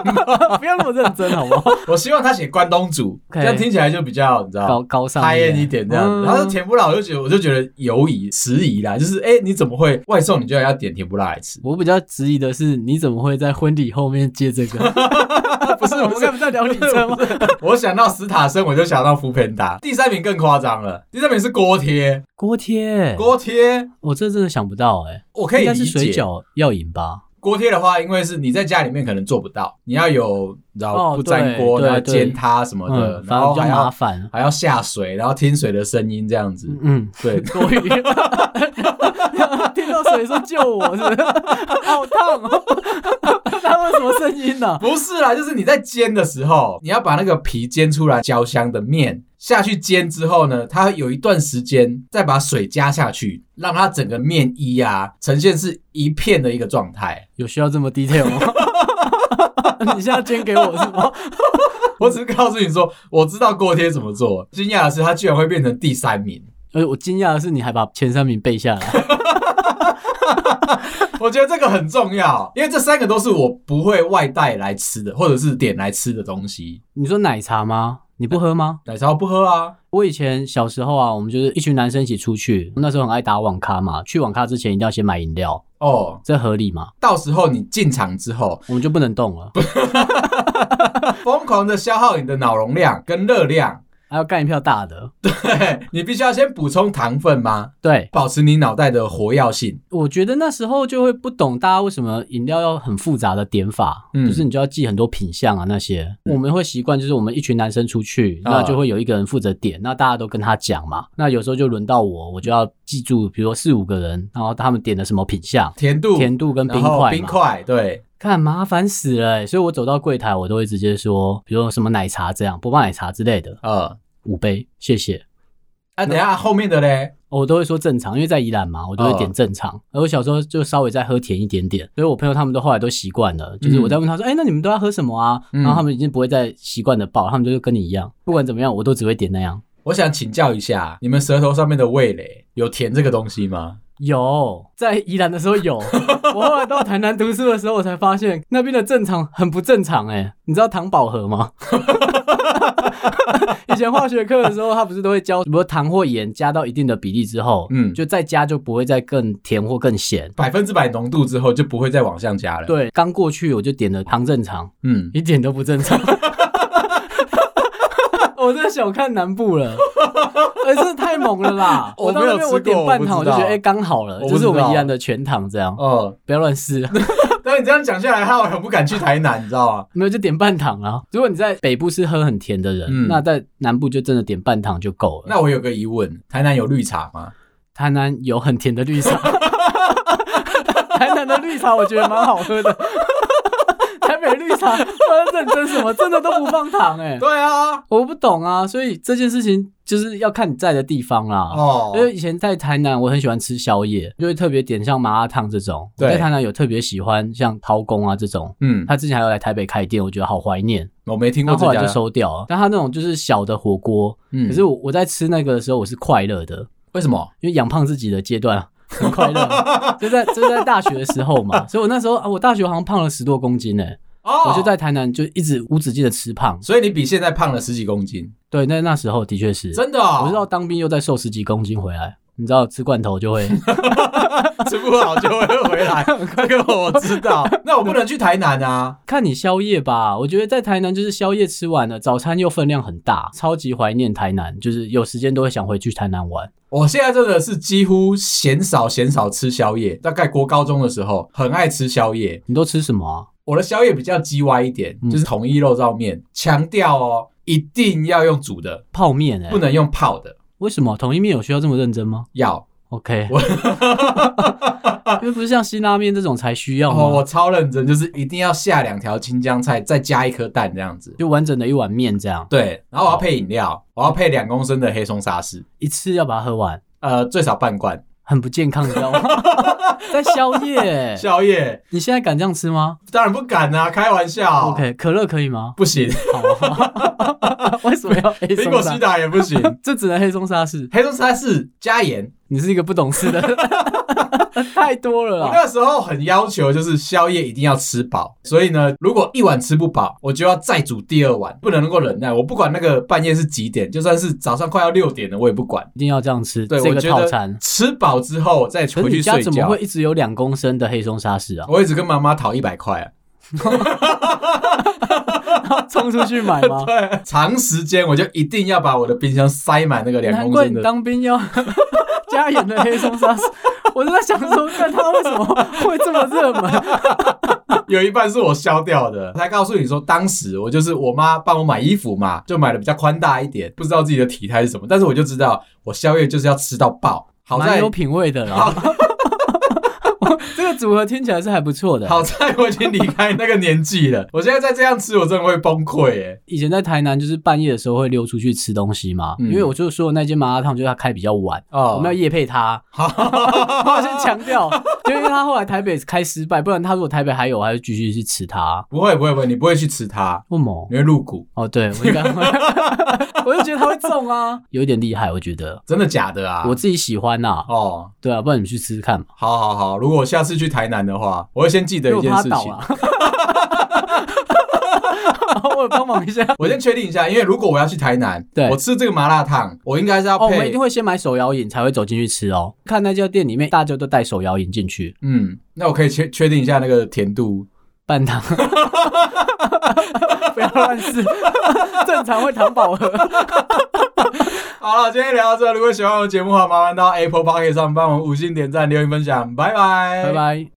[SPEAKER 2] 不要那么认真好不好？
[SPEAKER 1] 我希望他写关东煮
[SPEAKER 2] OK
[SPEAKER 1] 这样听起来就比较你知
[SPEAKER 2] 高
[SPEAKER 1] 道
[SPEAKER 2] 高尚
[SPEAKER 1] 嗨
[SPEAKER 2] 点
[SPEAKER 1] n 一点这样子。
[SPEAKER 2] 嗯？
[SPEAKER 1] 然后甜不辣，我就觉得我就觉得犹疑迟疑啦，就是哎、诶你怎么会外送你居然要点甜不辣来吃
[SPEAKER 2] 我比较质疑的是，你怎么会在婚礼后面接这个？
[SPEAKER 1] 不是
[SPEAKER 2] 我们
[SPEAKER 1] 不是
[SPEAKER 2] 刚，不是在聊你车吗？
[SPEAKER 1] 我想到史塔生，我就想到福平达。第三名更夸张了，第三名是锅贴，
[SPEAKER 2] 锅贴，
[SPEAKER 1] 锅贴
[SPEAKER 2] 我这真的想不到哎、
[SPEAKER 1] 我可以
[SPEAKER 2] 应该
[SPEAKER 1] 理
[SPEAKER 2] 是水
[SPEAKER 1] 解。
[SPEAKER 2] 饺要饮吧？
[SPEAKER 1] 锅贴的话，因为是你在家里面可能做不到，你要有你知道
[SPEAKER 2] 哦
[SPEAKER 1] 不粘
[SPEAKER 2] 对
[SPEAKER 1] 锅，
[SPEAKER 2] 对
[SPEAKER 1] 然后
[SPEAKER 2] 对
[SPEAKER 1] 煎它什么的
[SPEAKER 2] 嗯，，
[SPEAKER 1] 哦然
[SPEAKER 2] 反而
[SPEAKER 1] 后
[SPEAKER 2] 比较
[SPEAKER 1] 还
[SPEAKER 2] 麻
[SPEAKER 1] 要
[SPEAKER 2] 烦。
[SPEAKER 1] 还要下水，然后听水的声音这样子。
[SPEAKER 2] 嗯，
[SPEAKER 1] 对，
[SPEAKER 2] 多余。 听到水说救我是 不是？好烫 哦！他们什么声音呢、
[SPEAKER 1] 不是啦，就是你在煎的时候，你要把那个皮煎出来焦香的面下去煎之后呢，它有一段时间再把水加下去，让它整个面衣啊呈现是一片的一个状态。
[SPEAKER 2] 有需要这么 detail 吗？ 你现在捐给我是吗？
[SPEAKER 1] 我只是告诉你说，我知道锅贴怎么做。惊讶的是，它居然会变成第三名。
[SPEAKER 2] 呃，我惊讶的是你还把前三名背下来。
[SPEAKER 1] 我觉得这个很重要，因为这三个都是我不会外带来吃的，或者是点来吃的东西。
[SPEAKER 2] 你说奶茶吗？你不喝吗？
[SPEAKER 1] 奶茶我不喝啊，
[SPEAKER 2] 我以前小时候啊，我们就是一群男生一起出去，那时候很爱打网咖嘛。去网咖之前一定要先买饮料，
[SPEAKER 1] 哦，
[SPEAKER 2] 这合理吗？
[SPEAKER 1] 到时候你进场之后，
[SPEAKER 2] 我们就不能动了，
[SPEAKER 1] 疯狂的消耗你的脑容量跟热量，
[SPEAKER 2] 还要干一票大的。
[SPEAKER 1] 对 你必须要先补充糖分吗？
[SPEAKER 2] 对，
[SPEAKER 1] 保持你脑袋的活跃性。
[SPEAKER 2] 我觉得那时候就会不懂大家为什么饮料要很复杂的点法，
[SPEAKER 1] 嗯
[SPEAKER 2] 就是你就要记很多品相啊那些。
[SPEAKER 1] 嗯
[SPEAKER 2] 我们会习惯就是我们一群男生出去，
[SPEAKER 1] 啊
[SPEAKER 2] 那就会有一个人负责点，那大家都跟他讲嘛。那有时候就轮到我，我就要记住，比如说四五个人，然后他们点了什么品相、
[SPEAKER 1] 甜度，
[SPEAKER 2] 甜度跟冰
[SPEAKER 1] 哦然后
[SPEAKER 2] 块
[SPEAKER 1] 冰
[SPEAKER 2] 嘛。
[SPEAKER 1] 块，对，
[SPEAKER 2] 看麻烦死了欸、所以我走到柜台，我都会直接说，比如说什么奶茶这样，波霸奶茶之类的，
[SPEAKER 1] 呃，
[SPEAKER 2] 五杯，谢谢。
[SPEAKER 1] 啊，等一下后面的嘞，
[SPEAKER 2] 哦我都会说正常，因为在宜兰嘛，我都会点正常。而我小时候就稍微再喝甜一点点，所以我朋友他们都后来都习惯了。就是我在问他说：“哎、那你们都要喝什么啊？”
[SPEAKER 1] 嗯
[SPEAKER 2] 然后他们已经不会再习惯的报，他们就是跟你一样，不管怎么样，我都只会点那样。
[SPEAKER 1] 我想请教一下，你们舌头上面的味蕾有甜这个东西吗？
[SPEAKER 2] 有在宜兰的时候 有，我后来到台南读书的时候，我才发现那边的正常很不正常哎、你知道糖饱和吗？ 以前化学课的时候，他不是都会教，比如说糖或盐加到一定的比例之后，
[SPEAKER 1] 嗯
[SPEAKER 2] 嗯，就再加就不会再更甜或更咸。
[SPEAKER 1] 百分之百浓度之后就不会再往上加了。，
[SPEAKER 2] 对，刚过去我就点了糖正常，
[SPEAKER 1] 嗯，
[SPEAKER 2] 一点都不正常。 我真的小看南部了，哎、真的太猛了 啦！
[SPEAKER 1] 我
[SPEAKER 2] 我到
[SPEAKER 1] 没有
[SPEAKER 2] 那边
[SPEAKER 1] 吃
[SPEAKER 2] 我点
[SPEAKER 1] 过我
[SPEAKER 2] 半
[SPEAKER 1] 不
[SPEAKER 2] 糖，我
[SPEAKER 1] 知
[SPEAKER 2] 就觉得
[SPEAKER 1] 道
[SPEAKER 2] 哎刚、好了，
[SPEAKER 1] 我不
[SPEAKER 2] 这是我
[SPEAKER 1] 知
[SPEAKER 2] 们宜
[SPEAKER 1] 道
[SPEAKER 2] 兰的全糖这样，
[SPEAKER 1] 哦，
[SPEAKER 2] 不要乱试。
[SPEAKER 1] 但你这样讲下来，害我很不敢去台南，你知道吗？
[SPEAKER 2] 没有就点半糖啊。如果你在北部是喝很甜的人，
[SPEAKER 1] 嗯
[SPEAKER 2] 那在南部就真的点半糖就够了。
[SPEAKER 1] 那我有个疑问，台南有绿茶吗？
[SPEAKER 2] 台南有很甜的绿茶， 台南的绿茶我觉得蛮好喝的。 台北绿茶，我认真什么，真的都不放糖哎、
[SPEAKER 1] 对啊，
[SPEAKER 2] 我不懂啊，所以这件事情就是要看你在的地方啦。
[SPEAKER 1] 哦
[SPEAKER 2] 因，为以前在台南，我很喜欢吃宵夜，就会特别点像麻辣烫这种。我
[SPEAKER 1] 对
[SPEAKER 2] 在台南有特别喜欢像陶工啊这种，
[SPEAKER 1] 嗯，
[SPEAKER 2] 他之前还有来台北开店，我觉得好怀念。
[SPEAKER 1] 我没听
[SPEAKER 2] 那
[SPEAKER 1] 过
[SPEAKER 2] 后
[SPEAKER 1] 这
[SPEAKER 2] 来
[SPEAKER 1] 家
[SPEAKER 2] 就，收掉了。但他那种就是小的火锅，
[SPEAKER 1] 嗯
[SPEAKER 2] 可是我我在吃那个的时候，我是快乐的，
[SPEAKER 1] 为什么？
[SPEAKER 2] 因为养胖自己的阶段很快 乐，就在就在大学的时候嘛。所以我那时候啊，我大学好像胖了十多公斤呢、
[SPEAKER 1] 哦
[SPEAKER 2] 我就在，台南就一直无止境的吃胖。
[SPEAKER 1] 所以你比现在胖了十几公斤，
[SPEAKER 2] 对，那那时候的确是。
[SPEAKER 1] 真的哦？
[SPEAKER 2] 我知道当兵又再瘦十几公斤回来，你知道吃罐 头就会
[SPEAKER 1] 吃不好就会回 来。这个我知道， 那我不能去台南啊。
[SPEAKER 2] 看你宵夜吧。我觉得在台南就是宵夜吃完了，早餐又分量很大，超级怀念台南，就是有时间都会想回去台南玩。
[SPEAKER 1] 我现在真的是几乎鲜少鲜少吃宵夜，大概国高中的时候很爱吃宵夜。
[SPEAKER 2] 你都吃什么啊？
[SPEAKER 1] 我的宵夜比较鸡歪一点，
[SPEAKER 2] 嗯
[SPEAKER 1] 就是统一肉燥面，强调哦，一定要用煮的，
[SPEAKER 2] 泡面哎、
[SPEAKER 1] 不能用泡的。
[SPEAKER 2] 为什么统一面有需要这么认真吗
[SPEAKER 1] 要
[SPEAKER 2] ？OK，
[SPEAKER 1] 我
[SPEAKER 2] 因为不是像辛拉面这种才需要吗？
[SPEAKER 1] 哦，我超认真，就是一定要下两条青江菜，再加一颗蛋这样子。
[SPEAKER 2] 就完整的一碗面这样，
[SPEAKER 1] 对，然后我要配饮料，我要配两公升的黑松沙士，
[SPEAKER 2] 一次要把它喝完，
[SPEAKER 1] 呃，最少半罐。
[SPEAKER 2] 很不健康，你知 道吗？在宵夜，欸
[SPEAKER 1] 宵夜
[SPEAKER 2] 你现在敢这样吃吗
[SPEAKER 1] 当然不敢啊，开玩笑。
[SPEAKER 2] ？OK，可乐可 以吗？
[SPEAKER 1] 不 行，
[SPEAKER 2] 好，为什么要黑
[SPEAKER 1] 苹果
[SPEAKER 2] 松
[SPEAKER 1] 西
[SPEAKER 2] 沙？
[SPEAKER 1] 打也不行。
[SPEAKER 2] 这只能黑松沙士。
[SPEAKER 1] 黑松沙士加盐，
[SPEAKER 2] 你是一个不懂事 的，太多了
[SPEAKER 1] 我
[SPEAKER 2] 啦。
[SPEAKER 1] 那时候很要求，就是宵夜一定要吃饱，所以呢，如果一碗吃不饱，我就要再煮第二碗，不能够忍耐。我不管那个半夜是几点，就算是早上快要六点了，我也不管。
[SPEAKER 2] 一定要这样吃
[SPEAKER 1] 对，
[SPEAKER 2] 这
[SPEAKER 1] 我
[SPEAKER 2] 个
[SPEAKER 1] 觉
[SPEAKER 2] 套
[SPEAKER 1] 得
[SPEAKER 2] 餐。
[SPEAKER 1] 吃饱之后再回
[SPEAKER 2] 可是
[SPEAKER 1] 去
[SPEAKER 2] 你家
[SPEAKER 1] 睡
[SPEAKER 2] 怎么
[SPEAKER 1] 觉
[SPEAKER 2] 会。一直有两公升的黑松 沙士啊？
[SPEAKER 1] 我一直跟妈妈讨一百块啊，
[SPEAKER 2] 冲出去买 吗？
[SPEAKER 1] 对，长时间我就一定要把我的冰箱塞满那个两
[SPEAKER 2] 难
[SPEAKER 1] 公
[SPEAKER 2] 怪
[SPEAKER 1] 升
[SPEAKER 2] 你
[SPEAKER 1] 的。
[SPEAKER 2] 当兵要 加盐的黑 松沙士。我就在想说，看他为什么会这么热门？
[SPEAKER 1] 有一半是我消掉的。才告诉你说，当时我就是我妈帮我买衣服嘛，就买的比较宽大一点，不知道自己的体态是什么，但是我就知道我宵夜就是要吃到爆。好
[SPEAKER 2] 蛮
[SPEAKER 1] 在
[SPEAKER 2] 有品味的啦。 这个组合听起来是还不错的。
[SPEAKER 1] 好在我已经离开那个年纪了， 我现在再这样吃，我真的会崩溃哎。
[SPEAKER 2] 以前在台南就是半夜的时候会溜出去吃东西嘛，
[SPEAKER 1] 嗯
[SPEAKER 2] 因为我就说的那间麻辣烫就是它开比较晚，
[SPEAKER 1] 哦
[SPEAKER 2] 我们要夜配 它。
[SPEAKER 1] 好，
[SPEAKER 2] 我先强调，就因为他后来台北开失败，不然他如果台北还有，我还是继续去吃它。
[SPEAKER 1] 不会不会不会，你不会去吃它，
[SPEAKER 2] 为什么？
[SPEAKER 1] 你会入股，
[SPEAKER 2] 哦，对，我应该 会，我就觉得他会中啊，有一点厉害，我觉得
[SPEAKER 1] 真的假的啊？
[SPEAKER 2] 我自己喜欢呐、
[SPEAKER 1] 哦，
[SPEAKER 2] 对啊，不然你们去吃吃看嘛，
[SPEAKER 1] 好好好，如果我下次去台南的话，我会先记得
[SPEAKER 2] 因为
[SPEAKER 1] 一件
[SPEAKER 2] 我怕
[SPEAKER 1] 事
[SPEAKER 2] 他倒
[SPEAKER 1] 情，
[SPEAKER 2] 啊。 我有帮忙一下
[SPEAKER 1] 我先确定一下，因为如果我要去台南，
[SPEAKER 2] 对
[SPEAKER 1] 我吃这个麻辣烫，我应该是要
[SPEAKER 2] 哦，我们一
[SPEAKER 1] 配，
[SPEAKER 2] 定会先买手摇饮才会走进去吃哦。看那家店里面，大家都带手摇饮进去，
[SPEAKER 1] 嗯，那我可以确确定一下那个甜度，
[SPEAKER 2] 半 糖，不要乱试，正常会糖饱和。
[SPEAKER 1] 好了，今天聊到这。如果喜欢我的节目的话，麻烦到 Apple p o c k e t 上帮我们五星点赞、留言、分享，拜拜，
[SPEAKER 2] 拜。拜。